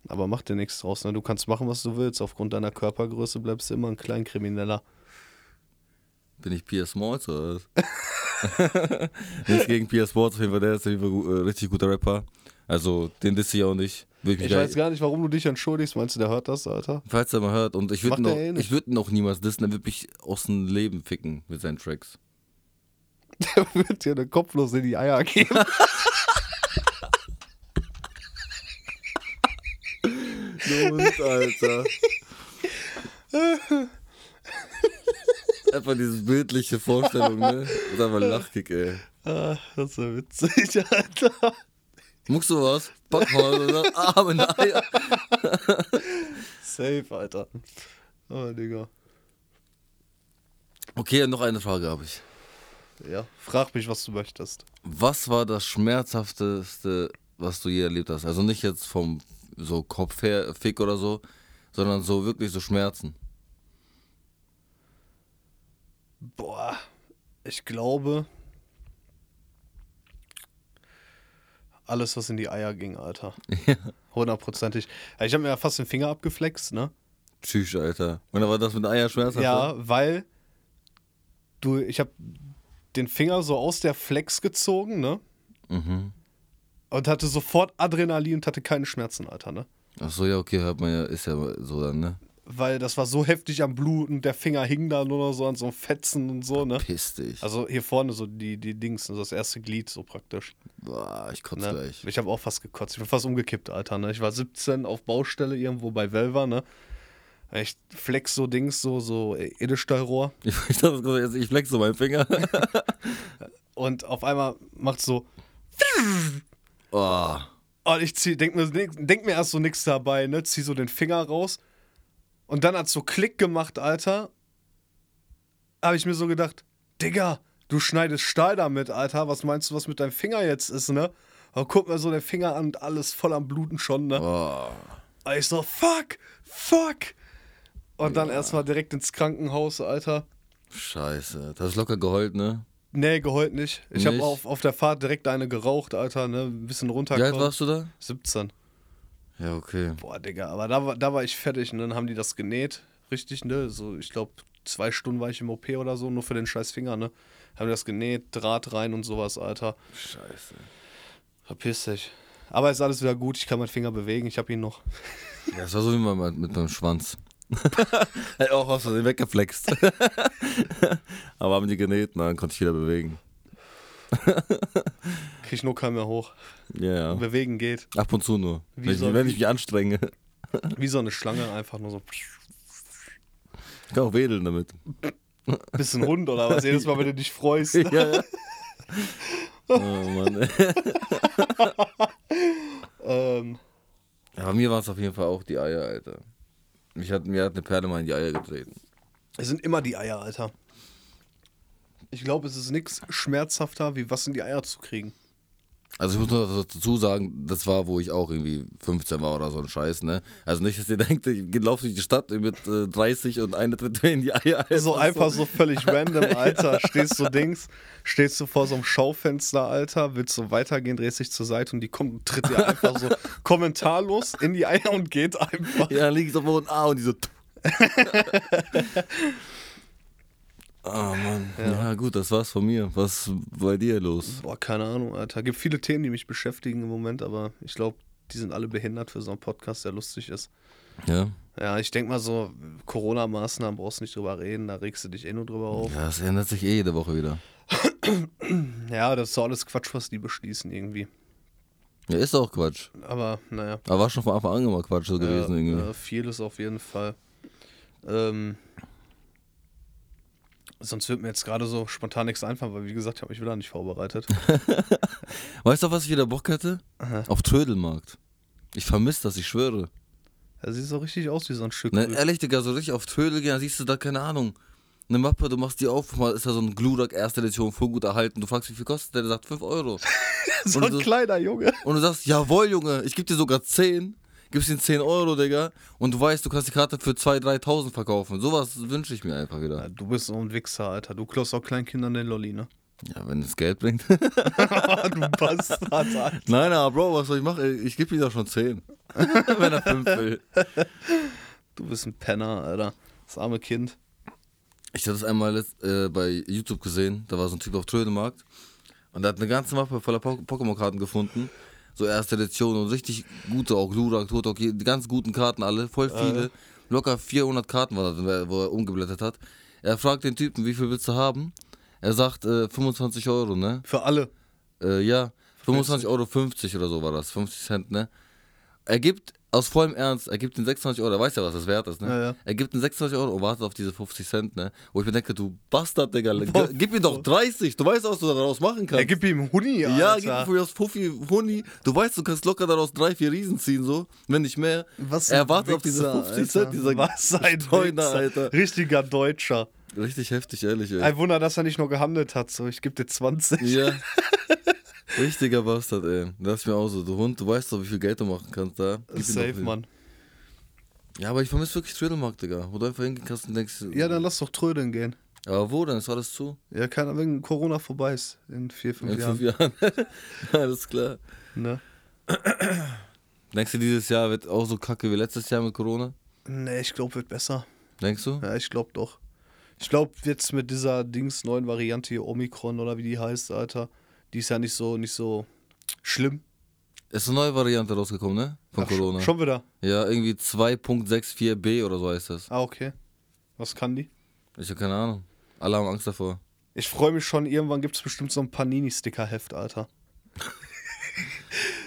[SPEAKER 1] Aber mach dir nichts draus, ne? Du kannst machen, was du willst. Aufgrund deiner Körpergröße bleibst du immer ein Kleinkrimineller.
[SPEAKER 2] Bin ich Pierre Smalls oder was? Nichts gegen Pierre Smalls, auf jeden Fall, der ist auf jeden Fall gu- äh, richtig guter Rapper. Also, den disse ich auch nicht. Will mich
[SPEAKER 1] Ich
[SPEAKER 2] gar-
[SPEAKER 1] weiß gar nicht, warum du dich entschuldigst. Meinst du, der hört das, Alter?
[SPEAKER 2] Falls er mal hört, und ich
[SPEAKER 1] Macht
[SPEAKER 2] würde
[SPEAKER 1] er
[SPEAKER 2] ihn, auch-
[SPEAKER 1] eh nicht.
[SPEAKER 2] ich würd ihn auch niemals dissen, er würde mich aus dem Leben ficken mit seinen Tracks.
[SPEAKER 1] Der wird dir eine kopflos in die Eier geben.
[SPEAKER 2] Los, Alter. einfach diese bildliche Vorstellung, ne? Ist einfach lachkick, ey.
[SPEAKER 1] ah, das ist ja witzig, Alter.
[SPEAKER 2] Muckst du was? Backhaus oder? Arme in die Eier.
[SPEAKER 1] Safe, Alter. Oh, Digga.
[SPEAKER 2] Okay, noch eine Frage habe ich.
[SPEAKER 1] Ja, frag mich, was du möchtest.
[SPEAKER 2] Was war das Schmerzhafteste, was du je erlebt hast? Also nicht jetzt vom so Kopf her, Fick oder so, sondern so wirklich so Schmerzen.
[SPEAKER 1] Boah, ich glaube. Alles, was in die Eier ging, Alter. Hundertprozentig. Ich habe mir ja fast den Finger abgeflext, ne?
[SPEAKER 2] Tschüss, Alter. Und da war das mit Eierschmerzen?
[SPEAKER 1] Ja, weil du, ich habe den Finger so aus der Flex gezogen, ne?
[SPEAKER 2] Mhm.
[SPEAKER 1] Und hatte sofort Adrenalin und hatte keine Schmerzen, Alter, ne?
[SPEAKER 2] Ach so, ja, okay, hört man ja, ist ja so dann, ne?
[SPEAKER 1] Weil das war so heftig am Bluten, der Finger hing da nur noch so an so einem Fetzen und so, ne?
[SPEAKER 2] Piss dich.
[SPEAKER 1] Also hier vorne so die, die Dings, also das erste Glied so praktisch.
[SPEAKER 2] Boah, ich kotze
[SPEAKER 1] Ne?
[SPEAKER 2] gleich.
[SPEAKER 1] Ich habe auch fast gekotzt. Ich bin fast umgekippt, Alter. Ne? Ich war 17 auf Baustelle irgendwo bei Velva, ne? Ich flex so Dings, so, so äh, Edelstahlrohr.
[SPEAKER 2] Ich, ich, dachte gerade jetzt, ich flexe meinen Finger.
[SPEAKER 1] Und auf einmal macht so.
[SPEAKER 2] Oh,
[SPEAKER 1] Und ich zieh, denk, mir, nix- denk mir erst so nichts dabei, ne? Zieh so den Finger raus. Und dann hat's so Klick gemacht, Alter. Habe ich mir so gedacht, Digga, du schneidest Stahl damit, Alter. Was meinst du, was mit deinem Finger jetzt ist, ne? Aber guck mir so den Finger an und alles voll am Bluten schon, ne?
[SPEAKER 2] oh.
[SPEAKER 1] Und ich so, fuck, fuck. Und dann erstmal direkt ins Krankenhaus, Alter.
[SPEAKER 2] Scheiße. Das ist locker geheult, ne?
[SPEAKER 1] Nee, geheult nicht. Ich habe
[SPEAKER 2] Nicht?
[SPEAKER 1] auf, auf der Fahrt direkt eine geraucht, Alter, ne? Ein bisschen
[SPEAKER 2] Wie alt
[SPEAKER 1] runtergekommen.
[SPEAKER 2] warst du da?
[SPEAKER 1] 17.
[SPEAKER 2] Ja, okay.
[SPEAKER 1] Boah, Digga, aber da, war- da war ich fertig und dann haben die das genäht. Richtig, ne? So, ich glaube, zwei Stunden war ich im OP oder so, nur für den scheiß Finger, ne? Haben die das genäht, Draht rein und sowas, Alter.
[SPEAKER 2] Scheiße.
[SPEAKER 1] Verpiss dich. Aber ist alles wieder gut, ich kann meinen Finger bewegen, ich habe ihn noch.
[SPEAKER 2] Ja, das war so wie mal mit meinem Schwanz. Hätte auch aus Versehen weggeflext. Aber haben die genäht, na, dann konnte ich wieder bewegen.
[SPEAKER 1] Krieg nur keinen mehr hoch.
[SPEAKER 2] Ja, ja.
[SPEAKER 1] Bewegen geht.
[SPEAKER 2] Ab und zu nur.
[SPEAKER 1] Wie
[SPEAKER 2] Wenn ich,
[SPEAKER 1] soll-
[SPEAKER 2] wenn ich mich anstrenge.
[SPEAKER 1] Wie so eine Schlange, einfach nur so.
[SPEAKER 2] Ich kann auch wedeln damit.
[SPEAKER 1] Bisschen Hund oder was? Jedes Mal, wenn du dich freust.
[SPEAKER 2] Ja, ja. Oh Mann. ey.
[SPEAKER 1] Ähm,
[SPEAKER 2] Ja, bei mir waren es auf jeden Fall auch die Eier, Alter. Mich hat, mir hat eine Perle mal in die Eier getreten.
[SPEAKER 1] es sind immer die Eier, Alter. Ich glaube, es ist nichts schmerzhafter, wie was in die Eier zu kriegen.
[SPEAKER 2] Also ich muss noch dazu sagen, das war, wo ich auch irgendwie 15 war oder so ein Scheiß, ne? Also nicht, dass ihr denkt, ich geh- lauf durch die Stadt mit äh, 30 und eine tritt mir in die Eier. Alter.
[SPEAKER 1] So einfach so völlig random, Alter. Stehst du Dings, stehst du vor so einem Schaufenster, Alter, willst so weitergehen, drehst dich zur Seite und die kommt und tritt dir einfach so kommentarlos in die Eier und geht einfach.
[SPEAKER 2] Ja, links auf dem Boden, ah, und die so... Ah, Mann. Ja. gut, das war's von mir. Was bei dir los?
[SPEAKER 1] Boah, keine Ahnung, Alter. Gibt viele Themen, die mich beschäftigen im Moment, aber ich glaube, die sind alle behindert für so einen Podcast, der lustig ist.
[SPEAKER 2] Ja?
[SPEAKER 1] Ja, ich denke mal so, Corona-Maßnahmen brauchst du nicht drüber reden, da regst du dich eh nur drüber auf.
[SPEAKER 2] Ja, es ändert sich eh jede Woche wieder.
[SPEAKER 1] Ja, das ist so alles Quatsch, was die beschließen irgendwie.
[SPEAKER 2] Ja, ist auch Quatsch.
[SPEAKER 1] Aber naja,
[SPEAKER 2] Aber war schon von Anfang an immer Quatsch so gewesen
[SPEAKER 1] ja,
[SPEAKER 2] irgendwie.
[SPEAKER 1] äh, vieles auf jeden Fall. Ähm, Sonst wird mir jetzt gerade so spontan nichts einfallen, weil wie gesagt, ich habe mich wieder nicht vorbereitet.
[SPEAKER 2] Weißt du, auf was ich wieder Bock hätte?
[SPEAKER 1] Aha.
[SPEAKER 2] Auf Trödelmarkt. Ich vermisse das, ich schwöre.
[SPEAKER 1] Er sieht so richtig aus wie so ein Stück.
[SPEAKER 2] Nein,
[SPEAKER 1] Brot.
[SPEAKER 2] ehrlich, Digga, so richtig auf Trödel gehen, dann siehst du da, keine Ahnung, eine Mappe, du machst die auf, mal ist da so ein Gludak, erste Edition, voll gut erhalten. Du fragst, wie viel kostet der? Der sagt 5 Euro.
[SPEAKER 1] so
[SPEAKER 2] und
[SPEAKER 1] ein
[SPEAKER 2] so-
[SPEAKER 1] kleiner Junge.
[SPEAKER 2] Und du sagst, jawohl, Junge, ich gebe dir sogar 10. Gibst ihm 10 Euro, Digga. Und du weißt, du kannst die Karte für 2.000, 3.000 verkaufen. Sowas wünsche ich mir einfach wieder.
[SPEAKER 1] Ja, du bist so ein Wichser, Alter. Du klaust auch kleinen Kindern den Lolli, ne?
[SPEAKER 2] Ja, wenn es Geld bringt.
[SPEAKER 1] du Bastard, Alter.
[SPEAKER 2] Nein, aber Bro, was soll ich machen? Ich gebe ihm doch schon 10. wenn er 5 will.
[SPEAKER 1] Du bist ein Penner, Alter. Das arme Kind.
[SPEAKER 2] Ich hatte das einmal letzt, äh, bei YouTube gesehen, da war so ein Typ auf Trödelmarkt und der hat eine ganze Mappe voller Po- Pokémon-Karten gefunden. So erste Edition und richtig gute, auch Glurak, Turtok, die ganz guten Karten alle, voll viele. Locker 400 Karten war da, drin, wo er umgeblättert hat. Er fragt den Typen, wie viel willst du haben? Er sagt äh, 25 Euro, ne?
[SPEAKER 1] Für alle.
[SPEAKER 2] Äh, ja, 25,50 Euro oder so war das, 50 Cent, ne? Er gibt, aus vollem Ernst, er gibt den 26 Euro, er weiß ja, was das wert ist, ne?
[SPEAKER 1] Ja, ja.
[SPEAKER 2] Er gibt den 26 Euro und wartet auf diese 50 Cent, ne? Wo ich mir denke, du Bastard, Digga, ge-
[SPEAKER 1] Boah.
[SPEAKER 2] gib mir doch 30, du weißt, was du daraus machen kannst.
[SPEAKER 1] Er gibt ihm Huni, Alter.
[SPEAKER 2] ja, gib mir von mir aus Puffi, Huni, du weißt, du kannst locker daraus drei, vier Riesen ziehen, so, wenn nicht mehr.
[SPEAKER 1] Was
[SPEAKER 2] er
[SPEAKER 1] ein
[SPEAKER 2] wartet auf diese
[SPEAKER 1] Wichser,
[SPEAKER 2] 50
[SPEAKER 1] Alter.
[SPEAKER 2] Cent, dieser
[SPEAKER 1] Was ein
[SPEAKER 2] Streuner,
[SPEAKER 1] Wichser.
[SPEAKER 2] Alter.
[SPEAKER 1] Richtiger Deutscher.
[SPEAKER 2] Richtig heftig, ehrlich, ey.
[SPEAKER 1] Ein Wunder, dass er nicht nur gehandelt hat. So, ich gebe dir 20.
[SPEAKER 2] Ja. Richtiger Bastard, ey. Das ist mir auch so. Du Hund, du weißt doch, wie viel Geld du machen kannst da. Gib ihm
[SPEAKER 1] Safe,
[SPEAKER 2] doch-
[SPEAKER 1] Mann.
[SPEAKER 2] Ja, aber ich vermisse wirklich Trödelmarkt, Digga. Wo du einfach hingehen kannst und denkst.
[SPEAKER 1] Ja, dann lass doch trödeln gehen.
[SPEAKER 2] Aber wo denn? Ist alles zu?
[SPEAKER 1] Ja, keine Ahnung, wenn Corona vorbei ist. In vier, fünf
[SPEAKER 2] In
[SPEAKER 1] Jahren.
[SPEAKER 2] fünf Jahren. alles klar.
[SPEAKER 1] Ne?
[SPEAKER 2] Denkst du, dieses Jahr wird auch so kacke wie letztes Jahr mit Corona?
[SPEAKER 1] Nee, ich glaube, wird besser.
[SPEAKER 2] Denkst du?
[SPEAKER 1] Ja, ich glaube doch. Ich glaube, jetzt mit dieser Dings neuen Variante hier, Omikron oder wie die heißt, Alter, die ist ja nicht so, nicht so schlimm.
[SPEAKER 2] Ist eine neue Variante rausgekommen, ne? Von
[SPEAKER 1] Ach, sch-
[SPEAKER 2] Corona.
[SPEAKER 1] Schon wieder.
[SPEAKER 2] Ja, irgendwie 2.64b oder so heißt das.
[SPEAKER 1] Ah, okay. Was kann die?
[SPEAKER 2] Ich habe keine Ahnung. Alle haben Angst davor.
[SPEAKER 1] Ich freue mich schon, irgendwann gibt es bestimmt so ein Panini-Sticker-Heft, Alter.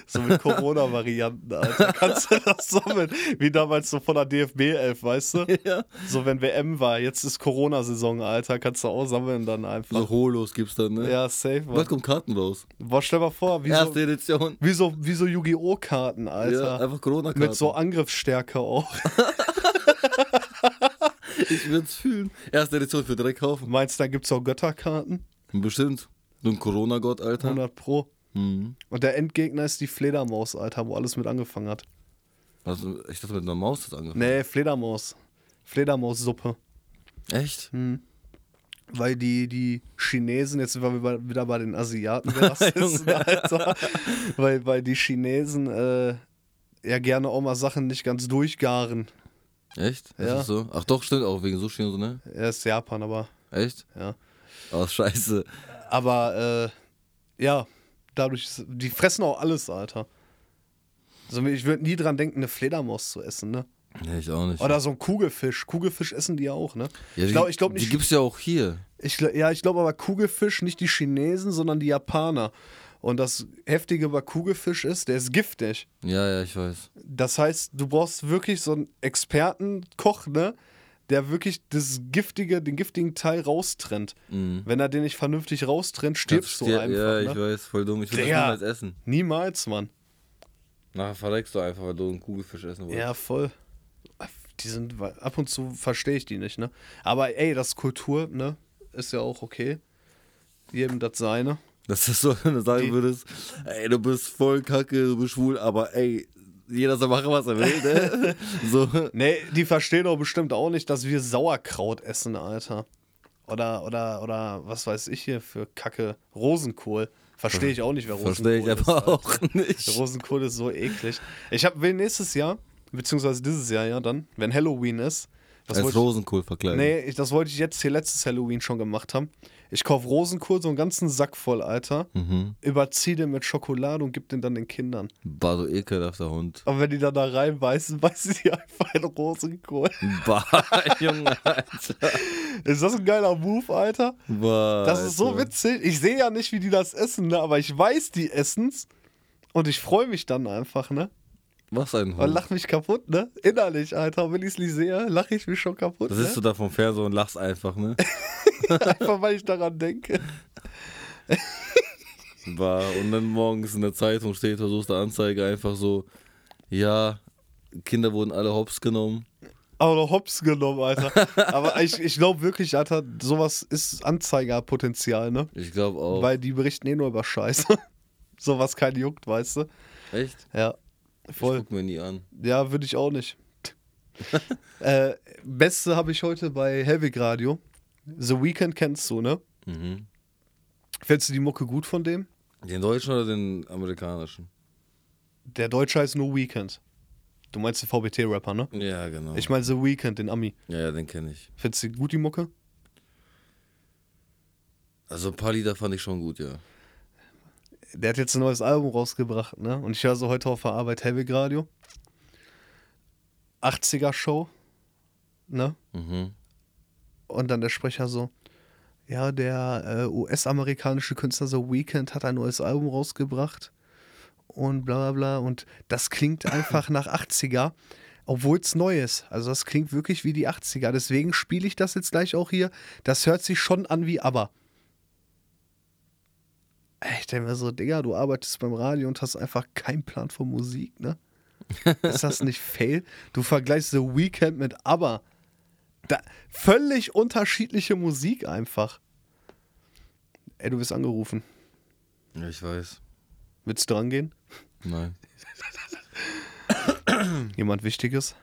[SPEAKER 1] so mit Corona-Varianten, Alter. Kannst du das sammeln? Wie damals so von der DFB-Elf, weißt du?
[SPEAKER 2] Ja.
[SPEAKER 1] So, wenn WM war, jetzt ist Corona-Saison, Alter. Kannst du auch sammeln dann einfach.
[SPEAKER 2] So Holos gibt's dann, ne?
[SPEAKER 1] Ja, safe, Mann.
[SPEAKER 2] Bald kommen Karten raus.
[SPEAKER 1] Boah, stell mal vor, wie so,
[SPEAKER 2] Erste Edition.
[SPEAKER 1] wie so, wie so Yu-Gi-Oh! Karten,
[SPEAKER 2] Ja,
[SPEAKER 1] Alter.
[SPEAKER 2] einfach Corona-Karten.
[SPEAKER 1] Mit so Angriffsstärke auch.
[SPEAKER 2] Ich würde es fühlen. Erste Edition für Dreck kaufen.
[SPEAKER 1] Meinst du, da gibt es auch Götterkarten?
[SPEAKER 2] Bestimmt. Du ein Corona-Gott, Alter.
[SPEAKER 1] 100 Pro.
[SPEAKER 2] Mhm.
[SPEAKER 1] Und der Endgegner ist die Fledermaus, Alter, wo alles mit angefangen hat.
[SPEAKER 2] Also, ich dachte, mit einer Maus hat angefangen.
[SPEAKER 1] Nee, Fledermaus. Fledermaussuppe.
[SPEAKER 2] Echt?
[SPEAKER 1] Hm. Weil die, die Chinesen, jetzt sind wir wieder- wieder bei den Asiaten, wer das ist, Alter. Weil, weil die Chinesen äh, ja gerne auch mal Sachen nicht ganz durchgaren.
[SPEAKER 2] Echt? Ist
[SPEAKER 1] Ja.
[SPEAKER 2] das so? Ach doch, stimmt, auch wegen Sushi und so, ne?
[SPEAKER 1] Er ist Japan, aber
[SPEAKER 2] Echt?
[SPEAKER 1] ja.
[SPEAKER 2] Oh, scheiße.
[SPEAKER 1] Aber äh, ja, dadurch, ist- die fressen auch alles, Alter. Also ich würde nie dran denken, eine Fledermaus zu essen, ne?
[SPEAKER 2] Nee, ich auch nicht.
[SPEAKER 1] Oder so ein Kugelfisch. Kugelfisch essen die ja auch, ne?
[SPEAKER 2] Ja,
[SPEAKER 1] ich
[SPEAKER 2] die-
[SPEAKER 1] glaube ich glaub
[SPEAKER 2] Die
[SPEAKER 1] nicht.
[SPEAKER 2] gibt's ja auch hier.
[SPEAKER 1] Ich, gl- ja, ich glaube aber Kugelfisch nicht die Chinesen, sondern die Japaner. Und das Heftige bei Kugelfisch ist, der ist giftig.
[SPEAKER 2] Ja, ja, ich weiß.
[SPEAKER 1] Das heißt, du brauchst wirklich so einen Expertenkoch, ne? Der wirklich das giftige, den giftigen Teil raustrennt. Wenn er den nicht vernünftig raustrennt, stirbst du
[SPEAKER 2] Mhm. Ja,
[SPEAKER 1] einfach.
[SPEAKER 2] Ja, ich
[SPEAKER 1] ne?
[SPEAKER 2] weiß, voll dumm. Ich will das
[SPEAKER 1] Digga.
[SPEAKER 2] niemals essen.
[SPEAKER 1] Niemals, Mann.
[SPEAKER 2] Nachher verreckst du einfach, weil du einen Kugelfisch essen wolltest.
[SPEAKER 1] Ja, voll. Die sind, ab und zu verstehe ich die nicht, ne? Aber ey, das ist Kultur, ne? Ist ja auch okay. Jedem das seine.
[SPEAKER 2] Das ist so, wenn du sagen
[SPEAKER 1] Die-
[SPEAKER 2] würdest, ey, du bist voll kacke, du bist schwul, aber ey, jeder soll machen, was er will, ne? so.
[SPEAKER 1] Nee, die verstehen doch bestimmt auch nicht, dass wir Sauerkraut essen, Alter. Oder, oder, oder, was weiß ich hier für Kacke. Rosenkohl. Verstehe ich auch nicht, wer Rosenkohl
[SPEAKER 2] Verstehe ich
[SPEAKER 1] ist.
[SPEAKER 2] aber
[SPEAKER 1] Alter.
[SPEAKER 2] auch nicht.
[SPEAKER 1] Rosenkohl ist so eklig. Ich hab, will nächstes Jahr, beziehungsweise dieses Jahr, ja, dann, wenn Halloween ist. das
[SPEAKER 2] Als
[SPEAKER 1] wollte ich-
[SPEAKER 2] Rosenkohl verkleiden.
[SPEAKER 1] Nee, ich, das wollte ich jetzt hier letztes Halloween schon gemacht haben. Ich kaufe Rosenkohl, so einen ganzen Sack voll, Alter.
[SPEAKER 2] Mhm.
[SPEAKER 1] Überziehe den mit Schokolade und gib den dann den Kindern.
[SPEAKER 2] War so ekelhafter Hund.
[SPEAKER 1] Aber wenn die dann da reinbeißen, beißen die einfach in Rosenkohl.
[SPEAKER 2] Bah, Junge, Alter.
[SPEAKER 1] Ist das ein geiler Move, Alter?
[SPEAKER 2] Bah,
[SPEAKER 1] Das ist so
[SPEAKER 2] Alter.
[SPEAKER 1] witzig. Ich sehe ja nicht, wie die das essen, ne? aber ich weiß, die essen's. Und ich freue mich dann einfach, ne?
[SPEAKER 2] Was ein
[SPEAKER 1] Und
[SPEAKER 2] halt Hund.
[SPEAKER 1] lach mich kaputt, ne? Innerlich, Alter. Wenn ich's nicht sehe, lache ich mich schon kaputt.
[SPEAKER 2] Da
[SPEAKER 1] ne?
[SPEAKER 2] sitzt du da vom Fernseher und lachst einfach, ne?
[SPEAKER 1] Einfach weil ich daran denke.
[SPEAKER 2] War. Und dann morgens in der Zeitung steht, versuchst der Anzeige einfach so, ja, Kinder wurden alle hops genommen.
[SPEAKER 1] Aber noch hops genommen, Alter. Aber ich, ich glaube wirklich, Alter, sowas ist Anzeigerpotenzial, ne?
[SPEAKER 2] Ich glaube auch.
[SPEAKER 1] Weil die berichten eh nur über Scheiße. sowas kein juckt, weißt du?
[SPEAKER 2] Echt?
[SPEAKER 1] Ja.
[SPEAKER 2] Ich
[SPEAKER 1] Voll.
[SPEAKER 2] guck mir nie an.
[SPEAKER 1] Ja, würde ich auch nicht. äh, Beste habe ich heute bei Helwig Radio. The Weeknd kennst du, ne?
[SPEAKER 2] Mhm.
[SPEAKER 1] Fällst du die Mucke gut von dem?
[SPEAKER 2] Den deutschen oder den amerikanischen?
[SPEAKER 1] Der Deutsche heißt No Weekend. Du meinst den VBT-Rapper, ne?
[SPEAKER 2] Ja, genau.
[SPEAKER 1] Ich meine The Weekend, den Ami.
[SPEAKER 2] ja, ja, den kenne ich.
[SPEAKER 1] Findest du gut die Mucke?
[SPEAKER 2] Also ein paar Lieder fand ich schon gut, ja.
[SPEAKER 1] Der hat jetzt ein neues Album rausgebracht, ne? Und ich höre so heute auf der Arbeit Helwig Radio. 80er Show, ne?
[SPEAKER 2] Mhm.
[SPEAKER 1] Und dann der Sprecher so, ja, der äh, US-amerikanische Künstler The Weeknd hat ein neues Album rausgebracht und bla bla bla. Und das klingt einfach nach 80er, obwohl es neu ist. Also das klingt wirklich wie die 80er. Deswegen spiele ich das jetzt gleich auch hier. Das hört sich schon an wie aber. Ich denke mir so, Digga, du arbeitest beim Radio und hast einfach keinen Plan von Musik, ne? Ist das nicht fail? Du vergleichst The Weeknd mit aber. Da, völlig unterschiedliche Musik einfach. Ey, du bist angerufen.
[SPEAKER 2] Ja, ich weiß.
[SPEAKER 1] Willst du rangehen?
[SPEAKER 2] Nein.
[SPEAKER 1] Jemand Wichtiges?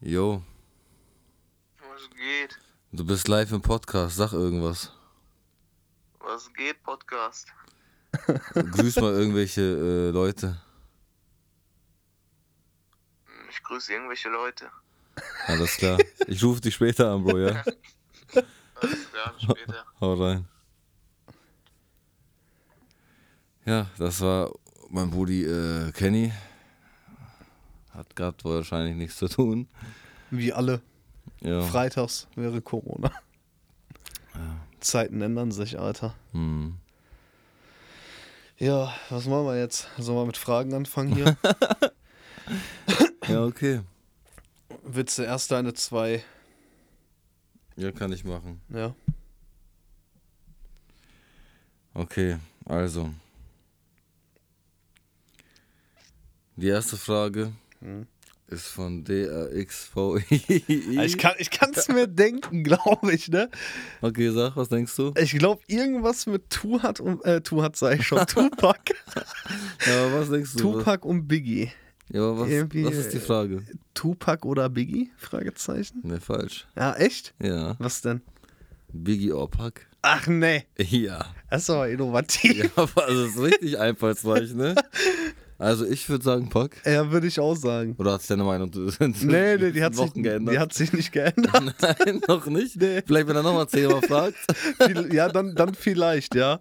[SPEAKER 2] Yo,
[SPEAKER 3] Was geht?
[SPEAKER 2] du bist live im Podcast, sag irgendwas.
[SPEAKER 3] Was geht, Podcast?
[SPEAKER 2] Grüß mal irgendwelche äh, Leute.
[SPEAKER 3] Hm, Ich grüße irgendwelche Leute.
[SPEAKER 2] Alles klar. Ich rufe dich später an, Bro, ja?
[SPEAKER 3] Alles klar, bis später.
[SPEAKER 2] Hau rein. Ja, das war mein Buddy äh, Kenny. Hat gerade wahrscheinlich nichts zu tun.
[SPEAKER 1] Wie alle.
[SPEAKER 2] Ja.
[SPEAKER 1] Freitags wäre Corona. Zeiten ändern sich, Alter.
[SPEAKER 2] Hm.
[SPEAKER 1] Ja, was machen wir jetzt? Sollen wir mit Fragen anfangen hier?
[SPEAKER 2] ja, okay.
[SPEAKER 1] Willst du erst deine zwei?
[SPEAKER 2] Ja, kann ich machen.
[SPEAKER 1] Ja.
[SPEAKER 2] Okay, also. Die erste Frage
[SPEAKER 1] Hm.
[SPEAKER 2] ist von DRXVI.
[SPEAKER 1] Ah, Ich kann es mir denken, glaube ich, ne?
[SPEAKER 2] Okay, sag, was denkst du?
[SPEAKER 1] Ich glaube, irgendwas mit Tuhat und. Äh, Tuhat sag ich schon. Tupac.
[SPEAKER 2] Ja, aber was denkst du?
[SPEAKER 1] Tupac und Biggie.
[SPEAKER 2] Ja, aber was,
[SPEAKER 1] irgendwie,
[SPEAKER 2] was ist die
[SPEAKER 1] äh,
[SPEAKER 2] Frage?
[SPEAKER 1] Tupac oder Biggie? Fragezeichen.
[SPEAKER 2] Ne, falsch.
[SPEAKER 1] Ja, echt?
[SPEAKER 2] Ja.
[SPEAKER 1] Was denn?
[SPEAKER 2] Biggie Opak?
[SPEAKER 1] Ach nee,
[SPEAKER 2] Ja.
[SPEAKER 1] das ist aber innovativ.
[SPEAKER 2] Ja, aber das ist richtig einfallsreich, ne? Also, ich würde sagen Pack.
[SPEAKER 1] Ja, würde ich auch sagen.
[SPEAKER 2] Oder hat sich deine Meinung zu- zu
[SPEAKER 1] Nee, nee, die hat, sich,
[SPEAKER 2] Wochen geändert?
[SPEAKER 1] die hat sich nicht geändert.
[SPEAKER 2] Nein, noch nicht.
[SPEAKER 1] Nee.
[SPEAKER 2] Vielleicht, wenn er nochmal zehnmal fragt.
[SPEAKER 1] Viel- ja, dann, dann vielleicht, ja.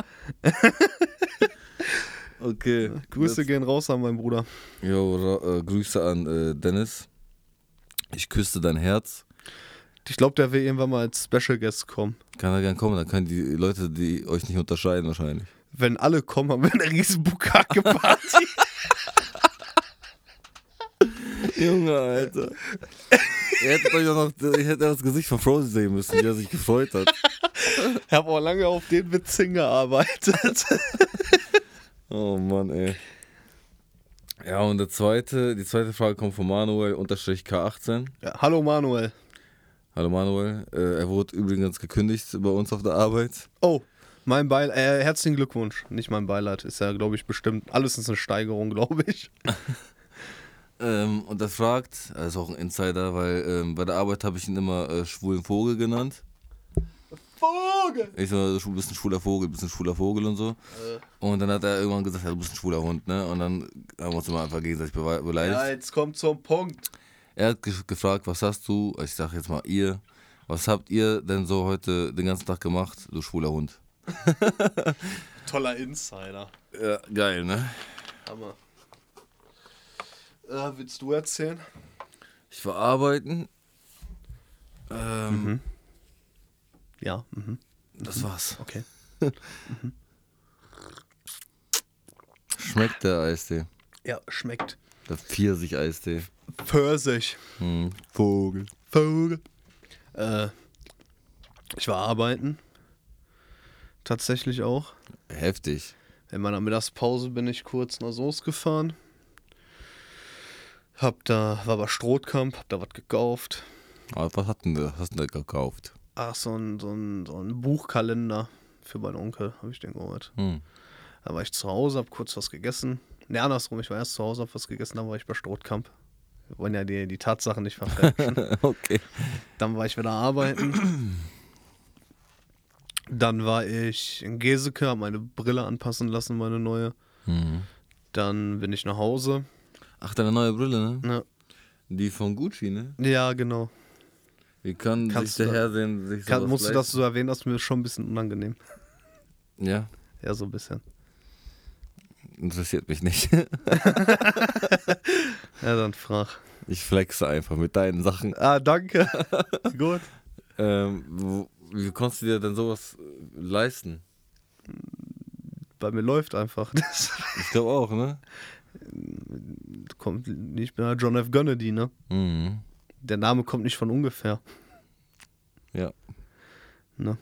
[SPEAKER 2] Okay.
[SPEAKER 1] Grüße gehen raus an meinen Bruder.
[SPEAKER 2] Jo, Ra- äh, Grüße an äh, Dennis. Ich küsste dein Herz.
[SPEAKER 1] Ich glaube, der will irgendwann mal als Special Guest kommen.
[SPEAKER 2] Kann er gern kommen, dann können die Leute, die euch nicht unterscheiden, wahrscheinlich.
[SPEAKER 1] Wenn alle kommen, haben wir eine riesen Bukake-Party.
[SPEAKER 2] Junge, Alter. Ihr hättet euch auch noch, ihr hättet das Gesicht von Frozen sehen müssen, wie er sich gefreut hat.
[SPEAKER 1] Ich habe auch lange auf den Witz hingearbeitet.
[SPEAKER 2] Oh Mann, ey. Ja, und der zweite, die zweite Frage kommt von Manuel unterstrich K18.
[SPEAKER 1] Ja, hallo Manuel.
[SPEAKER 2] Hallo Manuel. Äh, er wurde übrigens gekündigt bei uns auf der Arbeit.
[SPEAKER 1] Oh, mein Beileid. Äh, herzlichen Glückwunsch. Nicht mein Beileid. Ist ja, glaube ich, bestimmt. Alles ist eine Steigerung, glaube ich.
[SPEAKER 2] Ähm, und er fragt, er ist auch ein Insider, weil ähm, bei der Arbeit habe ich ihn immer äh, schwulen Vogel genannt.
[SPEAKER 1] Vogel!
[SPEAKER 2] Ich so, du bist ein schwuler Vogel, bist ein schwuler Vogel und so. Und dann hat er irgendwann gesagt, ja, du bist ein schwuler Hund, ne? Und dann haben wir uns immer einfach gegenseitig bewe- beleidigt.
[SPEAKER 1] Ja, jetzt kommt zum Punkt.
[SPEAKER 2] Er hat ge gefragt, was hast du, ich sag jetzt mal ihr, was habt ihr denn so heute den ganzen Tag gemacht, du schwuler Hund?
[SPEAKER 1] Toller Insider.
[SPEAKER 2] Ja, geil, ne?
[SPEAKER 1] Hammer. Äh, willst du erzählen?
[SPEAKER 2] Ich war arbeiten. Ähm,
[SPEAKER 1] Ja, mhm,
[SPEAKER 2] Das war's.
[SPEAKER 1] okay.
[SPEAKER 2] Schmeckt der Eistee.
[SPEAKER 1] Ja, schmeckt.
[SPEAKER 2] Der Pfirsich-Eistee.
[SPEAKER 1] Pfirsich.
[SPEAKER 2] Hm, Vogel.
[SPEAKER 1] Vogel. Äh, ich war arbeiten. Tatsächlich auch.
[SPEAKER 2] Heftig.
[SPEAKER 1] In meiner Mittagspause bin ich kurz nach Soos gefahren. Hab da, war bei Strohkamp, hab da was gekauft.
[SPEAKER 2] Aber was hatten wir, hast du denn da gekauft?
[SPEAKER 1] Ach, so ein, so ein, so ein Buchkalender für meinen Onkel, habe ich den geholt.
[SPEAKER 2] Hm.
[SPEAKER 1] Da war ich zu Hause, hab kurz was gegessen. Ne, andersrum, ich war erst zu Hause, hab was gegessen, dann war ich bei Strohkamp. Wir wollen ja die, die Tatsachen nicht verfälschen.
[SPEAKER 2] okay.
[SPEAKER 1] Dann war ich wieder arbeiten. Dann war ich in Geseke, habe meine Brille anpassen lassen, meine neue. Mhm. Dann bin ich nach Hause.
[SPEAKER 2] Ach, deine neue Brille, ne?
[SPEAKER 1] Ne?
[SPEAKER 2] Die von Gucci, ne?
[SPEAKER 1] Ja, genau.
[SPEAKER 2] Wie kann
[SPEAKER 1] Kannst
[SPEAKER 2] sich
[SPEAKER 1] du-
[SPEAKER 2] der Herr denn sich
[SPEAKER 1] Kann,
[SPEAKER 2] sowas
[SPEAKER 1] musst du das
[SPEAKER 2] leisten?
[SPEAKER 1] so erwähnen, das ist mir schon ein bisschen unangenehm.
[SPEAKER 2] Ja,
[SPEAKER 1] Ja, so ein bisschen.
[SPEAKER 2] interessiert mich nicht.
[SPEAKER 1] Ja, dann frag.
[SPEAKER 2] Ich flexe einfach mit deinen Sachen.
[SPEAKER 1] Ah, danke. Gut.
[SPEAKER 2] Ähm, wo, wie konntest du dir denn sowas äh, leisten?
[SPEAKER 1] Bei mir läuft einfach. Das
[SPEAKER 2] Ich glaube auch, ne?
[SPEAKER 1] kommt, ich bin ja John F. Gennady, ne?
[SPEAKER 2] Mhm.
[SPEAKER 1] Der Name kommt nicht von ungefähr.
[SPEAKER 2] Ja.
[SPEAKER 1] Ne?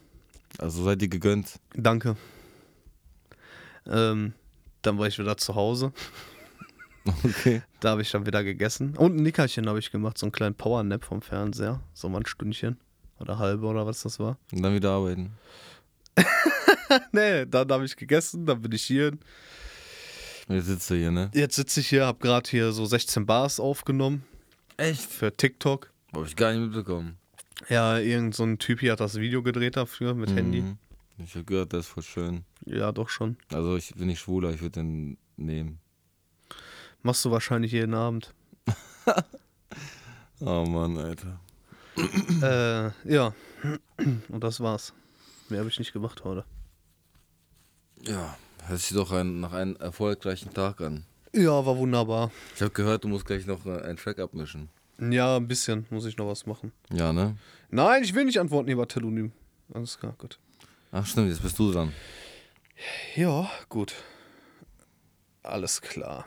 [SPEAKER 2] Also seid ihr gegönnt.
[SPEAKER 1] Danke. Ähm, dann war ich wieder zu Hause.
[SPEAKER 2] Okay.
[SPEAKER 1] Da habe ich dann wieder gegessen. Und ein Nickerchen habe ich gemacht, so einen kleinen Powernap vom Fernseher. So mal ein Stündchen. Oder halbe oder was das war.
[SPEAKER 2] Und dann wieder arbeiten.
[SPEAKER 1] nee, dann habe ich gegessen, dann bin ich hier.
[SPEAKER 2] Und Jetzt sitzt du hier, ne?
[SPEAKER 1] Jetzt sitze ich hier, habe gerade hier so 16 Bars aufgenommen
[SPEAKER 2] Echt?
[SPEAKER 1] für TikTok.
[SPEAKER 2] Hab ich gar nicht mitbekommen.
[SPEAKER 1] Ja, irgend so ein Typ hier hat das Video gedreht dafür mit Handy.
[SPEAKER 2] Mhm. Ich hab gehört, das ist voll schön.
[SPEAKER 1] Ja, doch schon.
[SPEAKER 2] Also ich bin nicht schwuler, ich würde den nehmen.
[SPEAKER 1] Machst du wahrscheinlich jeden Abend.
[SPEAKER 2] Oh Mann, Alter.
[SPEAKER 1] äh, ja. Und das war's. Mehr habe ich nicht gemacht heute.
[SPEAKER 2] Ja, hört sich doch ein, nach einem erfolgreichen Tag an.
[SPEAKER 1] Ja, war wunderbar.
[SPEAKER 2] Ich habe gehört, du musst gleich noch äh, einen Track abmischen.
[SPEAKER 1] Ja, ein bisschen muss ich noch was machen.
[SPEAKER 2] Ja, ne?
[SPEAKER 1] Nein, ich will nicht antworten, lieber Telonym. Alles klar, gut.
[SPEAKER 2] Ach stimmt, jetzt bist du dran.
[SPEAKER 1] Ja, gut. Alles klar.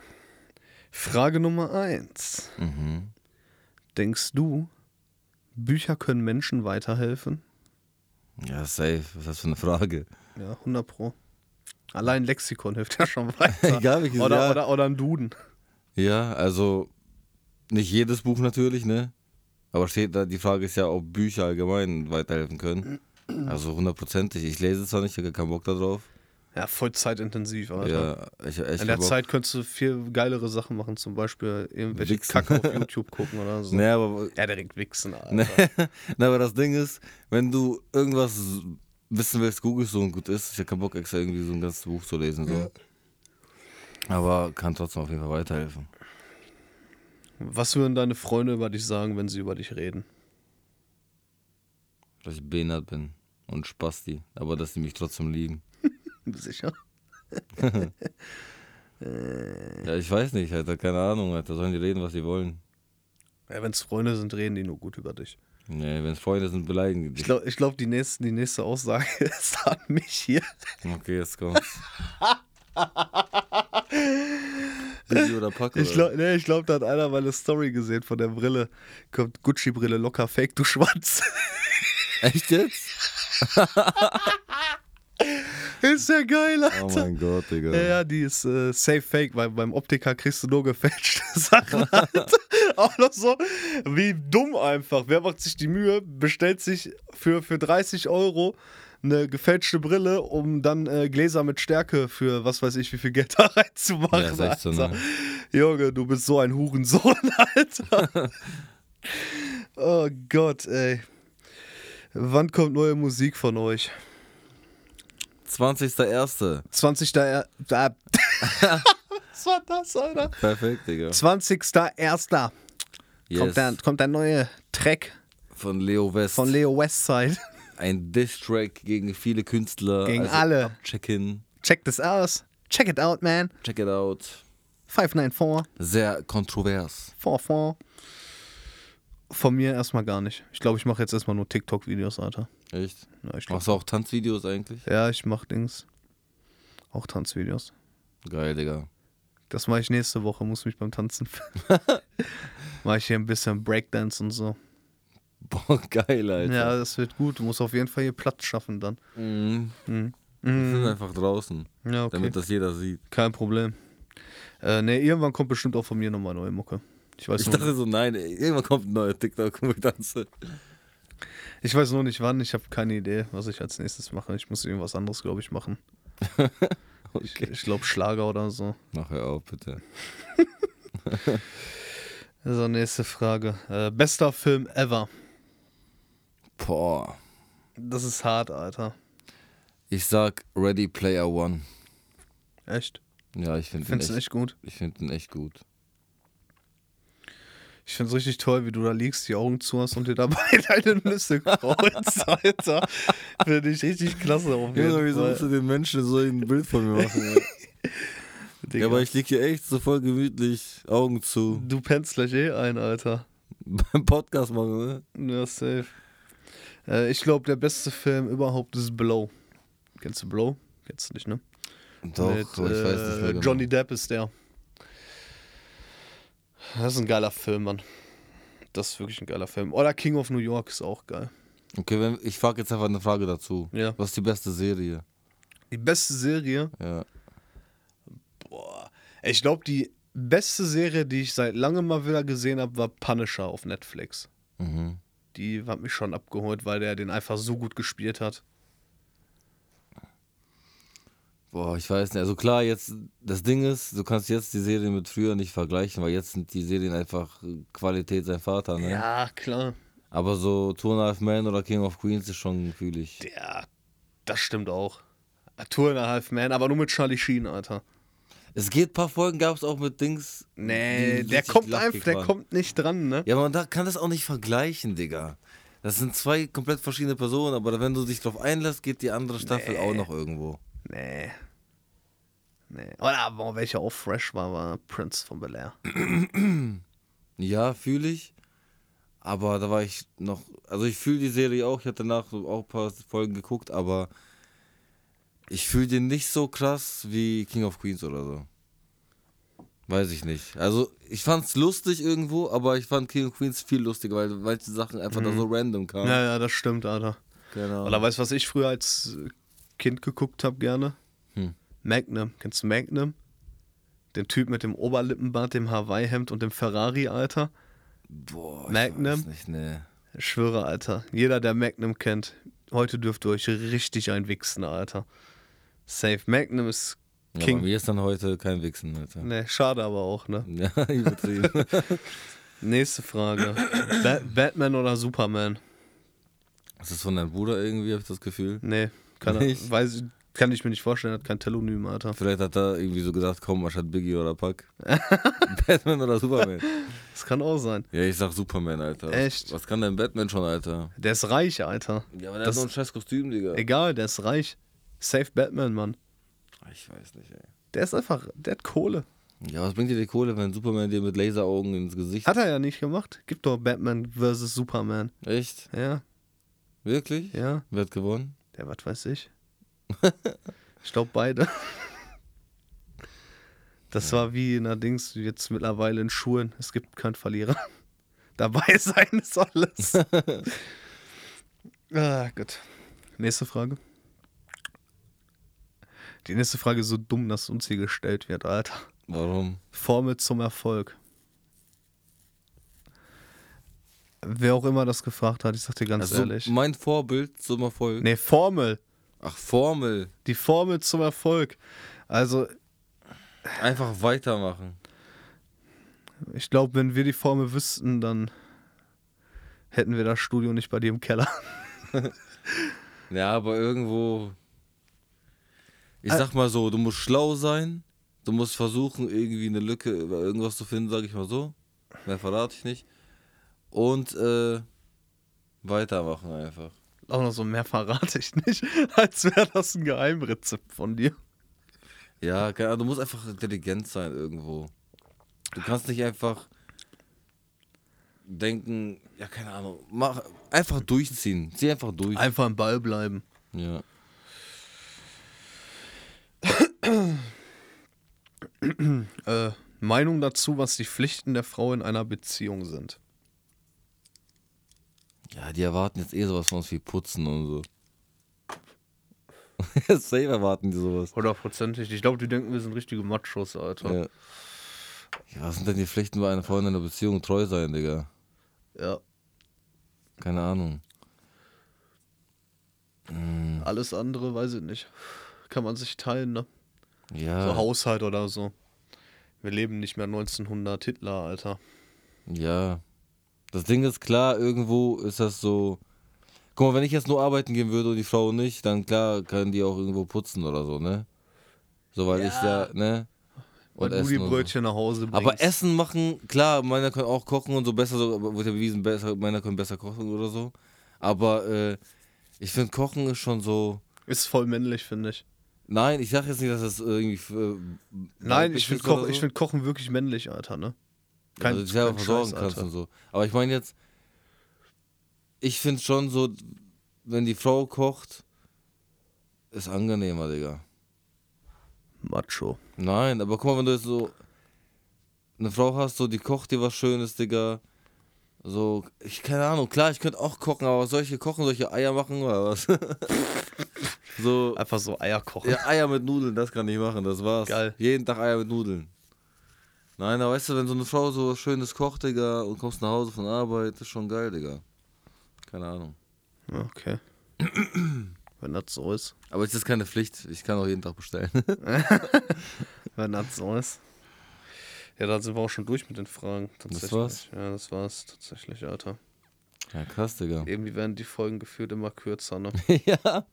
[SPEAKER 1] Frage Nummer eins.
[SPEAKER 2] Mhm.
[SPEAKER 1] Denkst du, Bücher können Menschen weiterhelfen?
[SPEAKER 2] Ja, safe. Was ist das für eine Frage?
[SPEAKER 1] Ja, 100 Pro. Allein Lexikon hilft ja schon weiter.
[SPEAKER 2] Egal welches
[SPEAKER 1] oder,
[SPEAKER 2] Jahr.
[SPEAKER 1] oder, oder ein Duden.
[SPEAKER 2] Ja, also nicht jedes Buch natürlich, ne? Aber steht da, die Frage ist ja, ob Bücher allgemein weiterhelfen können. Also hundertprozentig. Ich lese zwar nicht, ich habe keinen Bock darauf.
[SPEAKER 1] Ja, voll zeitintensiv, Alter.
[SPEAKER 2] Ja, ich hab echt
[SPEAKER 1] In der
[SPEAKER 2] keinen Bock.
[SPEAKER 1] Zeit könntest du viel geilere Sachen machen, zum Beispiel irgendwelche
[SPEAKER 2] Wichsen.
[SPEAKER 1] Kacke auf YouTube gucken oder so.
[SPEAKER 2] Nee, Ne, aber,
[SPEAKER 1] Ja, direkt wichsen, Alter.
[SPEAKER 2] nee, nee, aber das Ding ist, wenn du irgendwas wissen willst, googelst so und gut ist, ich habe keinen Bock, extra irgendwie so ein ganzes Buch zu lesen. So. Aber kann trotzdem auf jeden Fall weiterhelfen.
[SPEAKER 1] Was würden deine Freunde über dich sagen, wenn sie über dich reden?
[SPEAKER 2] Dass ich behindert bin und Spasti. Aber dass sie mich trotzdem lieben.
[SPEAKER 1] Sicher?
[SPEAKER 2] Ja, ich weiß nicht, Alter. Keine Ahnung, Alter. Sollen die reden, was sie wollen?
[SPEAKER 1] Ja, wenn es Freunde sind, reden die nur gut über dich.
[SPEAKER 2] Nee, wenn es Freunde sind, beleidigen die
[SPEAKER 1] Ich
[SPEAKER 2] dich.
[SPEAKER 1] glaube, ich glaub, die, nächsten- die nächste Aussage ist an mich hier.
[SPEAKER 2] Okay, jetzt kommt's. Digi oder Pack,
[SPEAKER 1] Ich glaube, nee, ich glaub, da hat einer meine Story gesehen von der Brille. Kommt Gucci-Brille locker fake, du Schwanz.
[SPEAKER 2] Echt jetzt?
[SPEAKER 1] ist ja geil,
[SPEAKER 2] Oh
[SPEAKER 1] Alter.
[SPEAKER 2] mein Gott, Digga.
[SPEAKER 1] ja, ja, die ist äh, safe fake, weil beim Optiker kriegst du nur gefälschte Sachen. Alter. Auch noch so, wie dumm einfach. Wer macht sich die Mühe, bestellt sich für, für 30 Euro eine gefälschte Brille, um dann äh, Gläser mit Stärke für was weiß ich wie viel Geld da reinzumachen.
[SPEAKER 2] Ja, ist echt so,
[SPEAKER 1] Alter.
[SPEAKER 2] ne?
[SPEAKER 1] Junge, du bist so ein Hurensohn, Alter. oh Gott, ey. Wann kommt neue Musik von euch?
[SPEAKER 2] 20.01.
[SPEAKER 1] 20. Da, da, was war das, Alter?
[SPEAKER 2] Perfekt, Digga.
[SPEAKER 1] 20.01.
[SPEAKER 2] Yes.
[SPEAKER 1] Kommt, der, kommt der neue Track
[SPEAKER 2] Von Leo West.
[SPEAKER 1] von Leo Westside.
[SPEAKER 2] Ein Diss-Track gegen viele Künstler. Also
[SPEAKER 1] Gegen alle.
[SPEAKER 2] Check in,
[SPEAKER 1] Check this aus. Check it out, man.
[SPEAKER 2] check it out.
[SPEAKER 1] 594,
[SPEAKER 2] Sehr kontrovers.
[SPEAKER 1] 44. Von mir erstmal gar nicht. Ich glaube, ich mache jetzt erstmal nur TikTok-Videos, Alter.
[SPEAKER 2] Echt?
[SPEAKER 1] Ja, ich, glaub,
[SPEAKER 2] Machst du auch Tanzvideos eigentlich?
[SPEAKER 1] ja, ich mache Dings. Auch Tanzvideos.
[SPEAKER 2] Geil, Digga.
[SPEAKER 1] Das mache ich nächste Woche, muss mich beim Tanzen. mache ich hier ein bisschen Breakdance und so.
[SPEAKER 2] Boah, geil, Alter.
[SPEAKER 1] Ja, das wird gut. Du musst auf jeden Fall hier Platz schaffen dann.
[SPEAKER 2] Mhm.
[SPEAKER 1] Mhm.
[SPEAKER 2] Wir
[SPEAKER 1] Mhm.
[SPEAKER 2] sind einfach draußen,
[SPEAKER 1] Ja, okay.
[SPEAKER 2] damit das jeder sieht.
[SPEAKER 1] Kein Problem. Äh, ne, irgendwann kommt bestimmt auch von mir nochmal neue Mucke. Ich weiß,
[SPEAKER 2] Ich
[SPEAKER 1] nur,
[SPEAKER 2] dachte so, nein, ey, irgendwann kommt ein neuer TikTok, wo ich tanze.
[SPEAKER 1] ich weiß nur nicht wann, ich habe keine Idee, was ich als nächstes mache. Ich muss irgendwas anderes, glaube ich, machen. Ich,
[SPEAKER 2] Okay.
[SPEAKER 1] ich glaube Schlager oder so.
[SPEAKER 2] Mach hör auf, bitte.
[SPEAKER 1] So, Also, nächste Frage. Äh, bester Film ever.
[SPEAKER 2] Boah.
[SPEAKER 1] Das ist hart, Alter.
[SPEAKER 2] Ich sag Ready Player One.
[SPEAKER 1] Echt?
[SPEAKER 2] Ja, ich finde ihn
[SPEAKER 1] Findest du
[SPEAKER 2] echt,
[SPEAKER 1] echt gut?
[SPEAKER 2] Ich finde ihn echt gut.
[SPEAKER 1] Ich find's richtig toll, wie du da liegst, die Augen zu hast und dir dabei deine Nüsse kreuzt, Alter. Finde ich richtig klasse auf jeden
[SPEAKER 2] Junge, wie
[SPEAKER 1] Fall.
[SPEAKER 2] sollst du den Menschen so ein Bild von mir machen? ja,
[SPEAKER 1] Digga.
[SPEAKER 2] aber ich lieg hier echt so voll gemütlich, Augen zu,
[SPEAKER 1] Du pennst gleich eh ein, Alter.
[SPEAKER 2] beim Podcast machen, ne?
[SPEAKER 1] Ja, safe. Äh, ich glaube, der beste Film überhaupt ist Blow. Kennst du Blow? Kennst du nicht, ne?
[SPEAKER 2] aber
[SPEAKER 1] äh,
[SPEAKER 2] genau.
[SPEAKER 1] Johnny Depp ist der. Das ist ein geiler Film, Mann. Das ist wirklich ein geiler Film. Oder King of New York ist auch geil.
[SPEAKER 2] Okay, wenn, ich frage jetzt einfach eine Frage dazu.
[SPEAKER 1] Ja.
[SPEAKER 2] Was ist die beste Serie?
[SPEAKER 1] Die beste Serie,
[SPEAKER 2] Ja.
[SPEAKER 1] boah. Ich glaube, die beste Serie, die ich seit langem mal wieder gesehen habe, war Punisher auf Netflix.
[SPEAKER 2] Mhm.
[SPEAKER 1] Die hat mich schon abgeholt, weil der den einfach so gut gespielt hat.
[SPEAKER 2] Boah, ich weiß nicht. Also klar, jetzt, das Ding ist, du kannst jetzt die Serien mit früher nicht vergleichen, weil jetzt sind die Serien einfach äh, Qualität sein Vater, ne?
[SPEAKER 1] Ja, klar.
[SPEAKER 2] Aber so Two and a Half Men oder King of Queens ist schon, fühle ich.
[SPEAKER 1] Ja, das stimmt auch. A Tour and a Half Man, aber nur mit Charlie Sheen, Alter.
[SPEAKER 2] Es geht, ein paar Folgen gab es auch mit Dings.
[SPEAKER 1] Nee,
[SPEAKER 2] die
[SPEAKER 1] der
[SPEAKER 2] richtig
[SPEAKER 1] kommt
[SPEAKER 2] lachig
[SPEAKER 1] einfach, der
[SPEAKER 2] waren.
[SPEAKER 1] kommt nicht dran, ne?
[SPEAKER 2] Ja, man da kann das auch nicht vergleichen, Digga. Das sind zwei komplett verschiedene Personen, aber wenn du dich drauf einlässt, geht die andere Staffel auch noch irgendwo.
[SPEAKER 1] Nee. Nee. Oder boah, welcher auch fresh war, war Prince von Bel Air.
[SPEAKER 2] Ja, fühle ich. Aber da war ich noch. Also, ich fühle die Serie auch. Ich habe danach so auch ein paar Folgen geguckt, aber ich fühle den nicht so krass wie King of Queens oder so. Weiß ich nicht. Also, ich fand's lustig irgendwo, aber ich fand King of Queens viel lustiger, weil manche Sachen einfach da so random kamen.
[SPEAKER 1] Mhm. Ja, ja, das stimmt, Alter.
[SPEAKER 2] Keine Ahnung.
[SPEAKER 1] Oder weißt du, was ich früher als äh, Kind geguckt habe gerne?
[SPEAKER 2] Hm.
[SPEAKER 1] Magnum. Kennst du Magnum? Den Typ mit dem Oberlippenbart, dem Hawaii-Hemd und dem Ferrari, Alter.
[SPEAKER 2] Boah, ich
[SPEAKER 1] Magnum?
[SPEAKER 2] weiß nicht, ne.
[SPEAKER 1] Ich schwöre, Alter. Jeder, der Magnum kennt, heute dürft ihr euch richtig einwichsen, Alter. Safe. Magnum ist
[SPEAKER 2] Ja, bei
[SPEAKER 1] King. Mhm.
[SPEAKER 2] mir ist dann heute kein Wichsen, Alter.
[SPEAKER 1] nee, schade aber auch, ne?
[SPEAKER 2] Ja, übertrieben.
[SPEAKER 1] Nächste Frage. ba Batman oder Superman?
[SPEAKER 2] Ist das von deinem Bruder irgendwie, habe ich das Gefühl?
[SPEAKER 1] Nee, kann,
[SPEAKER 2] Nicht?
[SPEAKER 1] weiß, ich- kann ich mir nicht vorstellen, hat kein Telonym, Alter.
[SPEAKER 2] Vielleicht hat er irgendwie so gedacht, komm, anstatt Biggie oder Pack. Batman oder Superman?
[SPEAKER 1] Das kann auch sein.
[SPEAKER 2] Ja, ich sag Superman, Alter. Was-
[SPEAKER 1] Echt?
[SPEAKER 2] Was kann denn Batman schon, Alter?
[SPEAKER 1] Der ist reich, Alter.
[SPEAKER 2] Ja, aber
[SPEAKER 1] der Das- hat noch ein
[SPEAKER 2] scheiß Kostüm, Digga.
[SPEAKER 1] Egal, der ist reich. Safe Batman, Mann.
[SPEAKER 2] Ich weiß nicht, ey.
[SPEAKER 1] Der ist einfach, der hat Kohle.
[SPEAKER 2] Ja, was bringt dir die Kohle, wenn Superman dir mit Laseraugen ins Gesicht...
[SPEAKER 1] Hat er ja nicht gemacht. Gibt doch Batman vs. Superman.
[SPEAKER 2] Echt?
[SPEAKER 1] Ja,
[SPEAKER 2] Wirklich?
[SPEAKER 1] ja.
[SPEAKER 2] Wer hat gewonnen?
[SPEAKER 1] Der, was weiß ich. ich glaube beide. Das war wie in der Dings, jetzt mittlerweile in Schulen. Es gibt keinen Verlierer. Dabei sein ist alles. ah, gut. Nächste Frage. Die nächste Frage ist so dumm, dass uns hier gestellt wird, Alter.
[SPEAKER 2] Warum?
[SPEAKER 1] Formel zum Erfolg. Wer auch immer das gefragt hat, ich sag dir ganz
[SPEAKER 2] Also,
[SPEAKER 1] ehrlich.
[SPEAKER 2] mein Vorbild zum Erfolg...
[SPEAKER 1] Nee, Formel.
[SPEAKER 2] Ach, Formel.
[SPEAKER 1] Die Formel zum Erfolg. Also,
[SPEAKER 2] Einfach weitermachen.
[SPEAKER 1] ich glaube, wenn wir die Formel wüssten, dann hätten wir das Studio nicht bei dir im Keller.
[SPEAKER 2] Ja, aber irgendwo. Ich
[SPEAKER 1] Al-
[SPEAKER 2] sag mal so, du musst schlau sein. Du musst versuchen, irgendwie eine Lücke über irgendwas zu finden, sag ich mal so. Mehr verrate ich nicht. Und äh, weitermachen einfach.
[SPEAKER 1] Auch noch so mehr verrate ich nicht, als wäre das ein Geheimrezept von dir.
[SPEAKER 2] Ja, keine Ahnung, du musst einfach intelligent sein irgendwo. Du kannst nicht einfach denken, ja, keine Ahnung, mach einfach durchziehen. Zieh einfach durch.
[SPEAKER 1] Einfach im Ball bleiben.
[SPEAKER 2] Ja.
[SPEAKER 1] Äh, Meinung dazu, was die Pflichten der Frau in einer Beziehung sind.
[SPEAKER 2] Ja, Ja, die erwarten jetzt eh sowas von uns wie Putzen und so. Safe erwarten die sowas.
[SPEAKER 1] Hundertprozentig. Ich glaube, die denken, wir sind richtige Machos, Alter.
[SPEAKER 2] Ja. ja, was sind denn die Pflichten bei einer Freundin in einer Beziehung? Treu sein, Digga.
[SPEAKER 1] Ja.
[SPEAKER 2] Keine Ahnung.
[SPEAKER 1] Alles andere, weiß ich nicht. Kann man sich teilen, ne?
[SPEAKER 2] Ja.
[SPEAKER 1] So Haushalt oder so. Wir leben nicht mehr 1900 Hitler, Alter.
[SPEAKER 2] Ja. Das Ding ist klar, irgendwo ist das so. Guck mal, wenn ich jetzt nur arbeiten gehen würde und die Frau nicht, dann klar kann die auch irgendwo putzen oder so, ne? So, weil ich da, ne?
[SPEAKER 1] Weil du
[SPEAKER 2] essen
[SPEAKER 1] die
[SPEAKER 2] und so.
[SPEAKER 1] Brötchen nach Hause bringst.
[SPEAKER 2] Aber Essen machen, klar, meiner kann auch kochen und so besser, so, aber wurde ja bewiesen, besser, meiner können besser kochen oder so. Aber äh, ich finde, Kochen ist schon so.
[SPEAKER 1] ist voll männlich, finde ich.
[SPEAKER 2] Nein, ich sage jetzt nicht, dass das irgendwie. Äh,
[SPEAKER 1] Nein,
[SPEAKER 2] weiblich
[SPEAKER 1] ich finde
[SPEAKER 2] ist oder
[SPEAKER 1] Kochen, ich
[SPEAKER 2] so.
[SPEAKER 1] find Kochen wirklich männlich, Alter, ne?
[SPEAKER 2] also dich selber versorgen kannst und so. Aber ich meine jetzt, ich finde schon so, wenn die Frau kocht, ist angenehmer, Digga.
[SPEAKER 1] Macho.
[SPEAKER 2] Nein, aber guck mal, wenn du jetzt so eine Frau hast, so die kocht dir was Schönes, Digga. So, ich keine Ahnung, klar, ich könnte auch kochen, aber solche kochen, solche Eier machen oder was? so,
[SPEAKER 1] Einfach so Eier kochen.
[SPEAKER 2] ja, Eier mit Nudeln, das kann ich machen, das war's.
[SPEAKER 1] Geil.
[SPEAKER 2] Jeden Tag Eier mit Nudeln. Nein, aber weißt du, wenn so eine Frau so was Schönes kocht, Digga, und kommst nach Hause von Arbeit, ist schon geil, Digga. Keine Ahnung.
[SPEAKER 1] Ja, Okay. Wenn das so ist.
[SPEAKER 2] Aber es ist keine Pflicht, ich kann auch jeden Tag bestellen.
[SPEAKER 1] Wenn das so ist. Ja, dann sind wir auch schon durch mit den Fragen. Tatsächlich.
[SPEAKER 2] war's?
[SPEAKER 1] Ja, das war's tatsächlich, Alter.
[SPEAKER 2] ja, krass, Digga.
[SPEAKER 1] Irgendwie werden die Folgen gefühlt immer kürzer, ne?
[SPEAKER 2] ja.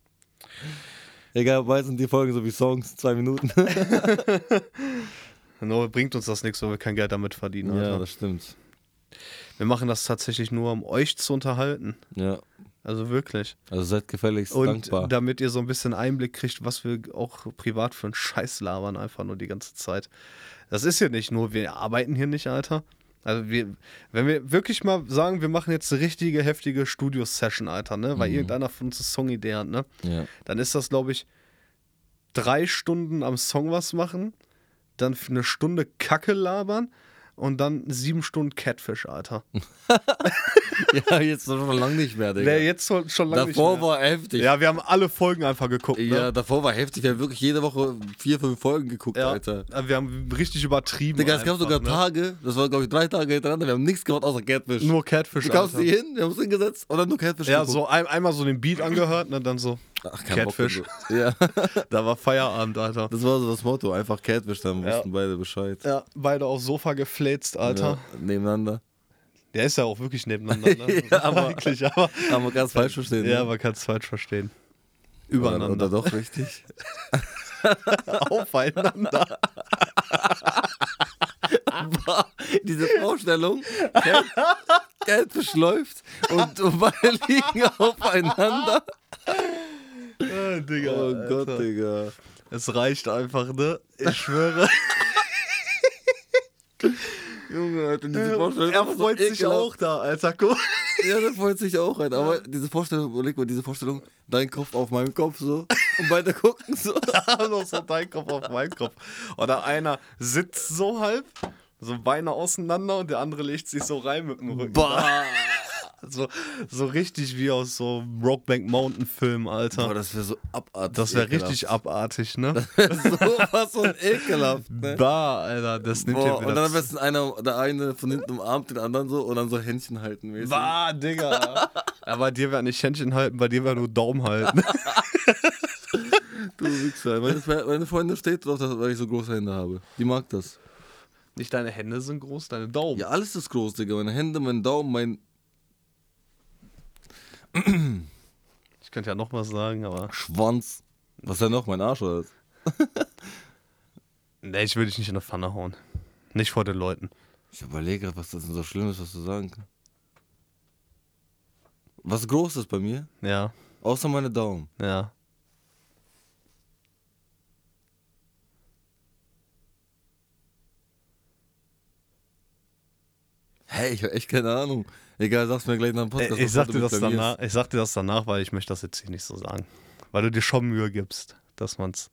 [SPEAKER 2] Egal, bald sind die Folgen so wie Songs, zwei Minuten.
[SPEAKER 1] Nur bringt uns das nichts, weil wir kein Geld damit verdienen,
[SPEAKER 2] ja,
[SPEAKER 1] Alter.
[SPEAKER 2] das stimmt.
[SPEAKER 1] wir machen das tatsächlich nur, um euch zu unterhalten.
[SPEAKER 2] Ja,
[SPEAKER 1] Also wirklich.
[SPEAKER 2] also seid gefälligst
[SPEAKER 1] Und
[SPEAKER 2] dankbar.
[SPEAKER 1] damit ihr so ein bisschen Einblick kriegt, was wir auch privat für einen Scheiß labern, einfach nur die ganze Zeit. Das ist hier nicht nur, wir arbeiten hier nicht, Alter. Also wir, wenn wir wirklich mal sagen, wir machen jetzt eine richtige, heftige Studio-Session, Alter, ne?
[SPEAKER 2] Mhm.
[SPEAKER 1] Weil irgendeiner von uns eine Songidee hat, ne?
[SPEAKER 2] ja.
[SPEAKER 1] Dann ist das, glaube ich, drei Stunden am Song was machen, dann für eine Stunde Kacke labern und dann sieben Stunden Catfish, Alter.
[SPEAKER 2] ja, jetzt schon lange nicht mehr, Digga.
[SPEAKER 1] Der jetzt schon, schon lange
[SPEAKER 2] Davor
[SPEAKER 1] nicht mehr.
[SPEAKER 2] war heftig.
[SPEAKER 1] Ja, wir haben alle Folgen einfach geguckt, ne?
[SPEAKER 2] Ja, davor war heftig. Wir haben wirklich jede Woche vier, fünf Folgen geguckt,
[SPEAKER 1] Ja,
[SPEAKER 2] Alter.
[SPEAKER 1] wir haben richtig übertrieben.
[SPEAKER 2] Digga, es gab
[SPEAKER 1] einfach,
[SPEAKER 2] sogar
[SPEAKER 1] ne?
[SPEAKER 2] Tage, das waren glaube ich drei Tage hintereinander, wir haben nichts gemacht außer Catfish.
[SPEAKER 1] Nur Catfish.
[SPEAKER 2] du kamst
[SPEAKER 1] Alter.
[SPEAKER 2] hier hin, wir haben uns hingesetzt und dann nur Catfish
[SPEAKER 1] Ja,
[SPEAKER 2] geguckt.
[SPEAKER 1] so ein, einmal so den Beat angehört und dann so,
[SPEAKER 2] Ach, kein
[SPEAKER 1] Catfish.
[SPEAKER 2] Bock und so. Ja,
[SPEAKER 1] Da war Feierabend, Alter.
[SPEAKER 2] das war so das Motto, einfach Catfish, dann
[SPEAKER 1] Ja.
[SPEAKER 2] wussten beide Bescheid.
[SPEAKER 1] Ja, beide aufs Sofa gefläzt, Alter.
[SPEAKER 2] Ja, nebeneinander.
[SPEAKER 1] Der ist ja auch wirklich nebeneinander, ne?
[SPEAKER 2] Ja, aber-
[SPEAKER 1] Eigentlich, aber.
[SPEAKER 2] Aber man kann es falsch verstehen.
[SPEAKER 1] Ja,
[SPEAKER 2] ne?
[SPEAKER 1] man kann es falsch verstehen.
[SPEAKER 2] oder, oder
[SPEAKER 1] Übereinander.
[SPEAKER 2] doch richtig?
[SPEAKER 1] Aufeinander.
[SPEAKER 2] Diese Vorstellung, Cat- Catfish läuft und beide liegen aufeinander.
[SPEAKER 1] Äh, Digga,
[SPEAKER 2] Oh Gott,
[SPEAKER 1] Alter.
[SPEAKER 2] Digga.
[SPEAKER 1] Es reicht einfach, ne? Ich schwöre.
[SPEAKER 2] Junge, Alter, diese Vorstellung.
[SPEAKER 1] er
[SPEAKER 2] ist so
[SPEAKER 1] freut sich
[SPEAKER 2] ekelhaft.
[SPEAKER 1] auch da, Alter. Guck.
[SPEAKER 2] Ja, da freut sich auch ein. Aber diese Vorstellung, überleg mal, diese Vorstellung, dein Kopf auf meinem Kopf so und beide gucken so.
[SPEAKER 1] noch so dein Kopf auf meinen Kopf. Oder einer sitzt so halb, so Beine auseinander und der andere legt sich so rein mit dem Rücken.
[SPEAKER 2] Bah.
[SPEAKER 1] So, so richtig wie aus so Rockbank Mountain Film,
[SPEAKER 2] Boah,
[SPEAKER 1] Alter.
[SPEAKER 2] das wäre so abartig.
[SPEAKER 1] Das wäre richtig abartig, ne?
[SPEAKER 2] so was von ekelhaft, ne?
[SPEAKER 1] Bah, Alter, das nimmt
[SPEAKER 2] Boah,
[SPEAKER 1] dir
[SPEAKER 2] und dann am
[SPEAKER 1] wieder.
[SPEAKER 2] besten einer, der eine von hinten umarmt den anderen so und dann so Händchen halten mäßig.
[SPEAKER 1] Bah, Digga. Aber bei dir wäre nicht Händchen halten, bei dir wäre nur Daumen halten.
[SPEAKER 2] Du Wichser. ne? Meine, Fre- meine Freundin steht drauf, dass, weil ich so große Hände habe. Die mag das.
[SPEAKER 1] Nicht deine Hände sind groß, deine Daumen.
[SPEAKER 2] Ja, alles ist groß, Digga. Meine Hände, mein Daumen, mein
[SPEAKER 1] Ich könnte ja noch was sagen, aber.
[SPEAKER 2] Schwanz. Was denn noch? Mein Arsch oder was?
[SPEAKER 1] Nee, ich will dich nicht in eine Pfanne hauen. Nicht vor den Leuten.
[SPEAKER 2] Ich überlege gerade, was das denn so schlimm ist, was du sagen kannst. Was groß ist bei mir?
[SPEAKER 1] Ja,
[SPEAKER 2] Außer meine Daumen.
[SPEAKER 1] ja.
[SPEAKER 2] Hey, ich habe echt keine Ahnung. Egal, sag's mir gleich nach dem Podcast.
[SPEAKER 1] Äh, ich,
[SPEAKER 2] was
[SPEAKER 1] sag
[SPEAKER 2] heute
[SPEAKER 1] dir
[SPEAKER 2] mit
[SPEAKER 1] das
[SPEAKER 2] bei mir
[SPEAKER 1] danach, ich sag dir das danach, weil ich möchte das jetzt hier nicht so sagen. Weil du dir schon Mühe gibst, dass man's.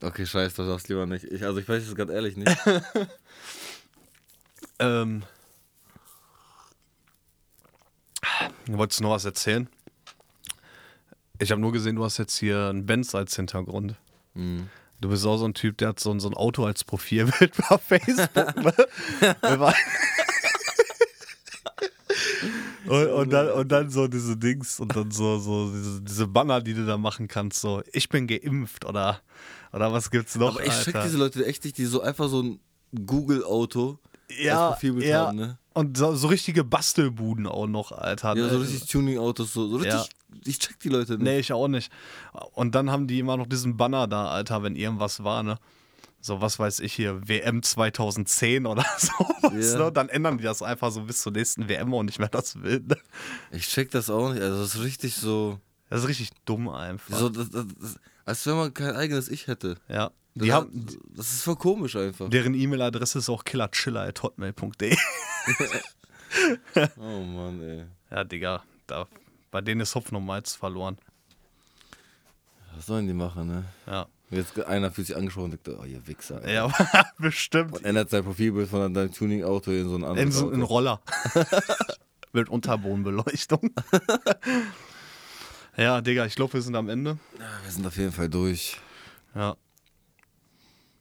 [SPEAKER 2] ist. Okay, scheiß, das sagst lieber nicht. Ich, also ich weiß es gerade ehrlich nicht.
[SPEAKER 1] Ähm. Wolltest du noch was erzählen? Ich habe nur gesehen, du hast jetzt hier einen Benz als Hintergrund.
[SPEAKER 2] Mhm.
[SPEAKER 1] Du bist auch so ein Typ, der hat so ein, so ein Auto als Profilbild bei Facebook. Ne? Wir waren- und, und, dann, und dann so diese Dings und dann so, so diese, diese Banner, die du da machen kannst. So, ich bin geimpft oder, oder was gibt's noch?
[SPEAKER 2] Aber ich check
[SPEAKER 1] Alter?
[SPEAKER 2] diese Leute echt nicht, die so einfach so ein Google-Auto
[SPEAKER 1] ja,
[SPEAKER 2] als Profilbild
[SPEAKER 1] ja.
[SPEAKER 2] haben, ne?
[SPEAKER 1] Und so, so richtige Bastelbuden auch noch, Alter.
[SPEAKER 2] Ja, so
[SPEAKER 1] ne?
[SPEAKER 2] richtig Tuning-Autos, so, so richtig. Ich check die Leute nicht.
[SPEAKER 1] Nee, ich auch nicht. Und dann haben die immer noch diesen Banner da, Alter, wenn irgendwas war, ne? So, was weiß ich hier, WM 2010 oder sowas,
[SPEAKER 2] Ja.
[SPEAKER 1] ne? Dann ändern die das einfach so bis zur nächsten WM und nicht mehr das will. Ne?
[SPEAKER 2] Ich check das auch nicht. Also, das ist richtig so.
[SPEAKER 1] Das ist richtig dumm einfach.
[SPEAKER 2] so das, das, das, als wenn man kein eigenes Ich hätte.
[SPEAKER 1] ja. Die
[SPEAKER 2] Das,
[SPEAKER 1] haben,
[SPEAKER 2] das ist voll komisch einfach.
[SPEAKER 1] deren E-Mail-Adresse ist auch killerchiller.hotmail.de.
[SPEAKER 2] Oh Mann, ey.
[SPEAKER 1] Ja, Digga, da, bei denen ist Hopfen und Malz verloren.
[SPEAKER 2] Was sollen die machen, ne?
[SPEAKER 1] Ja.
[SPEAKER 2] Jetzt einer fühlt sich angesprochen und denkt, oh, ihr Wichser. Ey.
[SPEAKER 1] Ja, bestimmt.
[SPEAKER 2] Und ändert sein Profilbild von deinem Tuning-Auto in so ein anderes.
[SPEAKER 1] In so
[SPEAKER 2] Auto.
[SPEAKER 1] einen Roller. Mit Unterbodenbeleuchtung. ja, Digga, ich glaube, wir sind am Ende.
[SPEAKER 2] Wir sind auf jeden Fall durch.
[SPEAKER 1] Ja.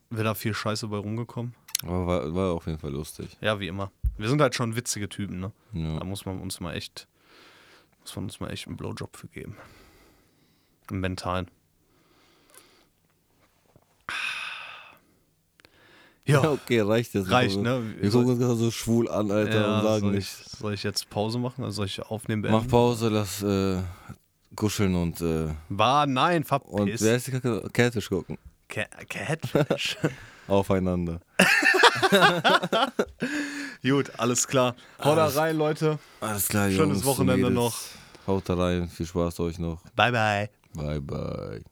[SPEAKER 1] Wäre da viel Scheiße bei rumgekommen?
[SPEAKER 2] Aber war, war auf jeden Fall lustig.
[SPEAKER 1] Ja, wie immer. Wir sind halt schon witzige Typen, ne?
[SPEAKER 2] Ja.
[SPEAKER 1] Da muss man uns mal echt, muss man uns mal echt einen Blowjob für geben. Im mentalen.
[SPEAKER 2] Ja,
[SPEAKER 1] Ja,
[SPEAKER 2] okay, reicht jetzt.
[SPEAKER 1] Reicht,
[SPEAKER 2] Wir-
[SPEAKER 1] ne?
[SPEAKER 2] Wir gucken uns gerade so schwul an, Alter, und
[SPEAKER 1] ja
[SPEAKER 2] sagen
[SPEAKER 1] soll, ich,
[SPEAKER 2] nichts.
[SPEAKER 1] soll ich jetzt Pause machen? Also soll ich aufnehmen?
[SPEAKER 2] Mach
[SPEAKER 1] beenden?
[SPEAKER 2] Pause, lass äh, kuscheln und, äh,
[SPEAKER 1] Bah, nein,
[SPEAKER 2] und
[SPEAKER 1] verpiss.
[SPEAKER 2] wer ist die Kacke? Catfish gucken.
[SPEAKER 1] Ca- Catfish.
[SPEAKER 2] Aufeinander.
[SPEAKER 1] Gut, alles klar. Haut da
[SPEAKER 2] Alles-
[SPEAKER 1] rein, Leute.
[SPEAKER 2] Alles klar,
[SPEAKER 1] Schönes
[SPEAKER 2] Jungs und
[SPEAKER 1] Wochenende
[SPEAKER 2] Mädels. Haut da rein, viel Spaß euch noch.
[SPEAKER 1] Bye, bye.
[SPEAKER 2] Bye, bye.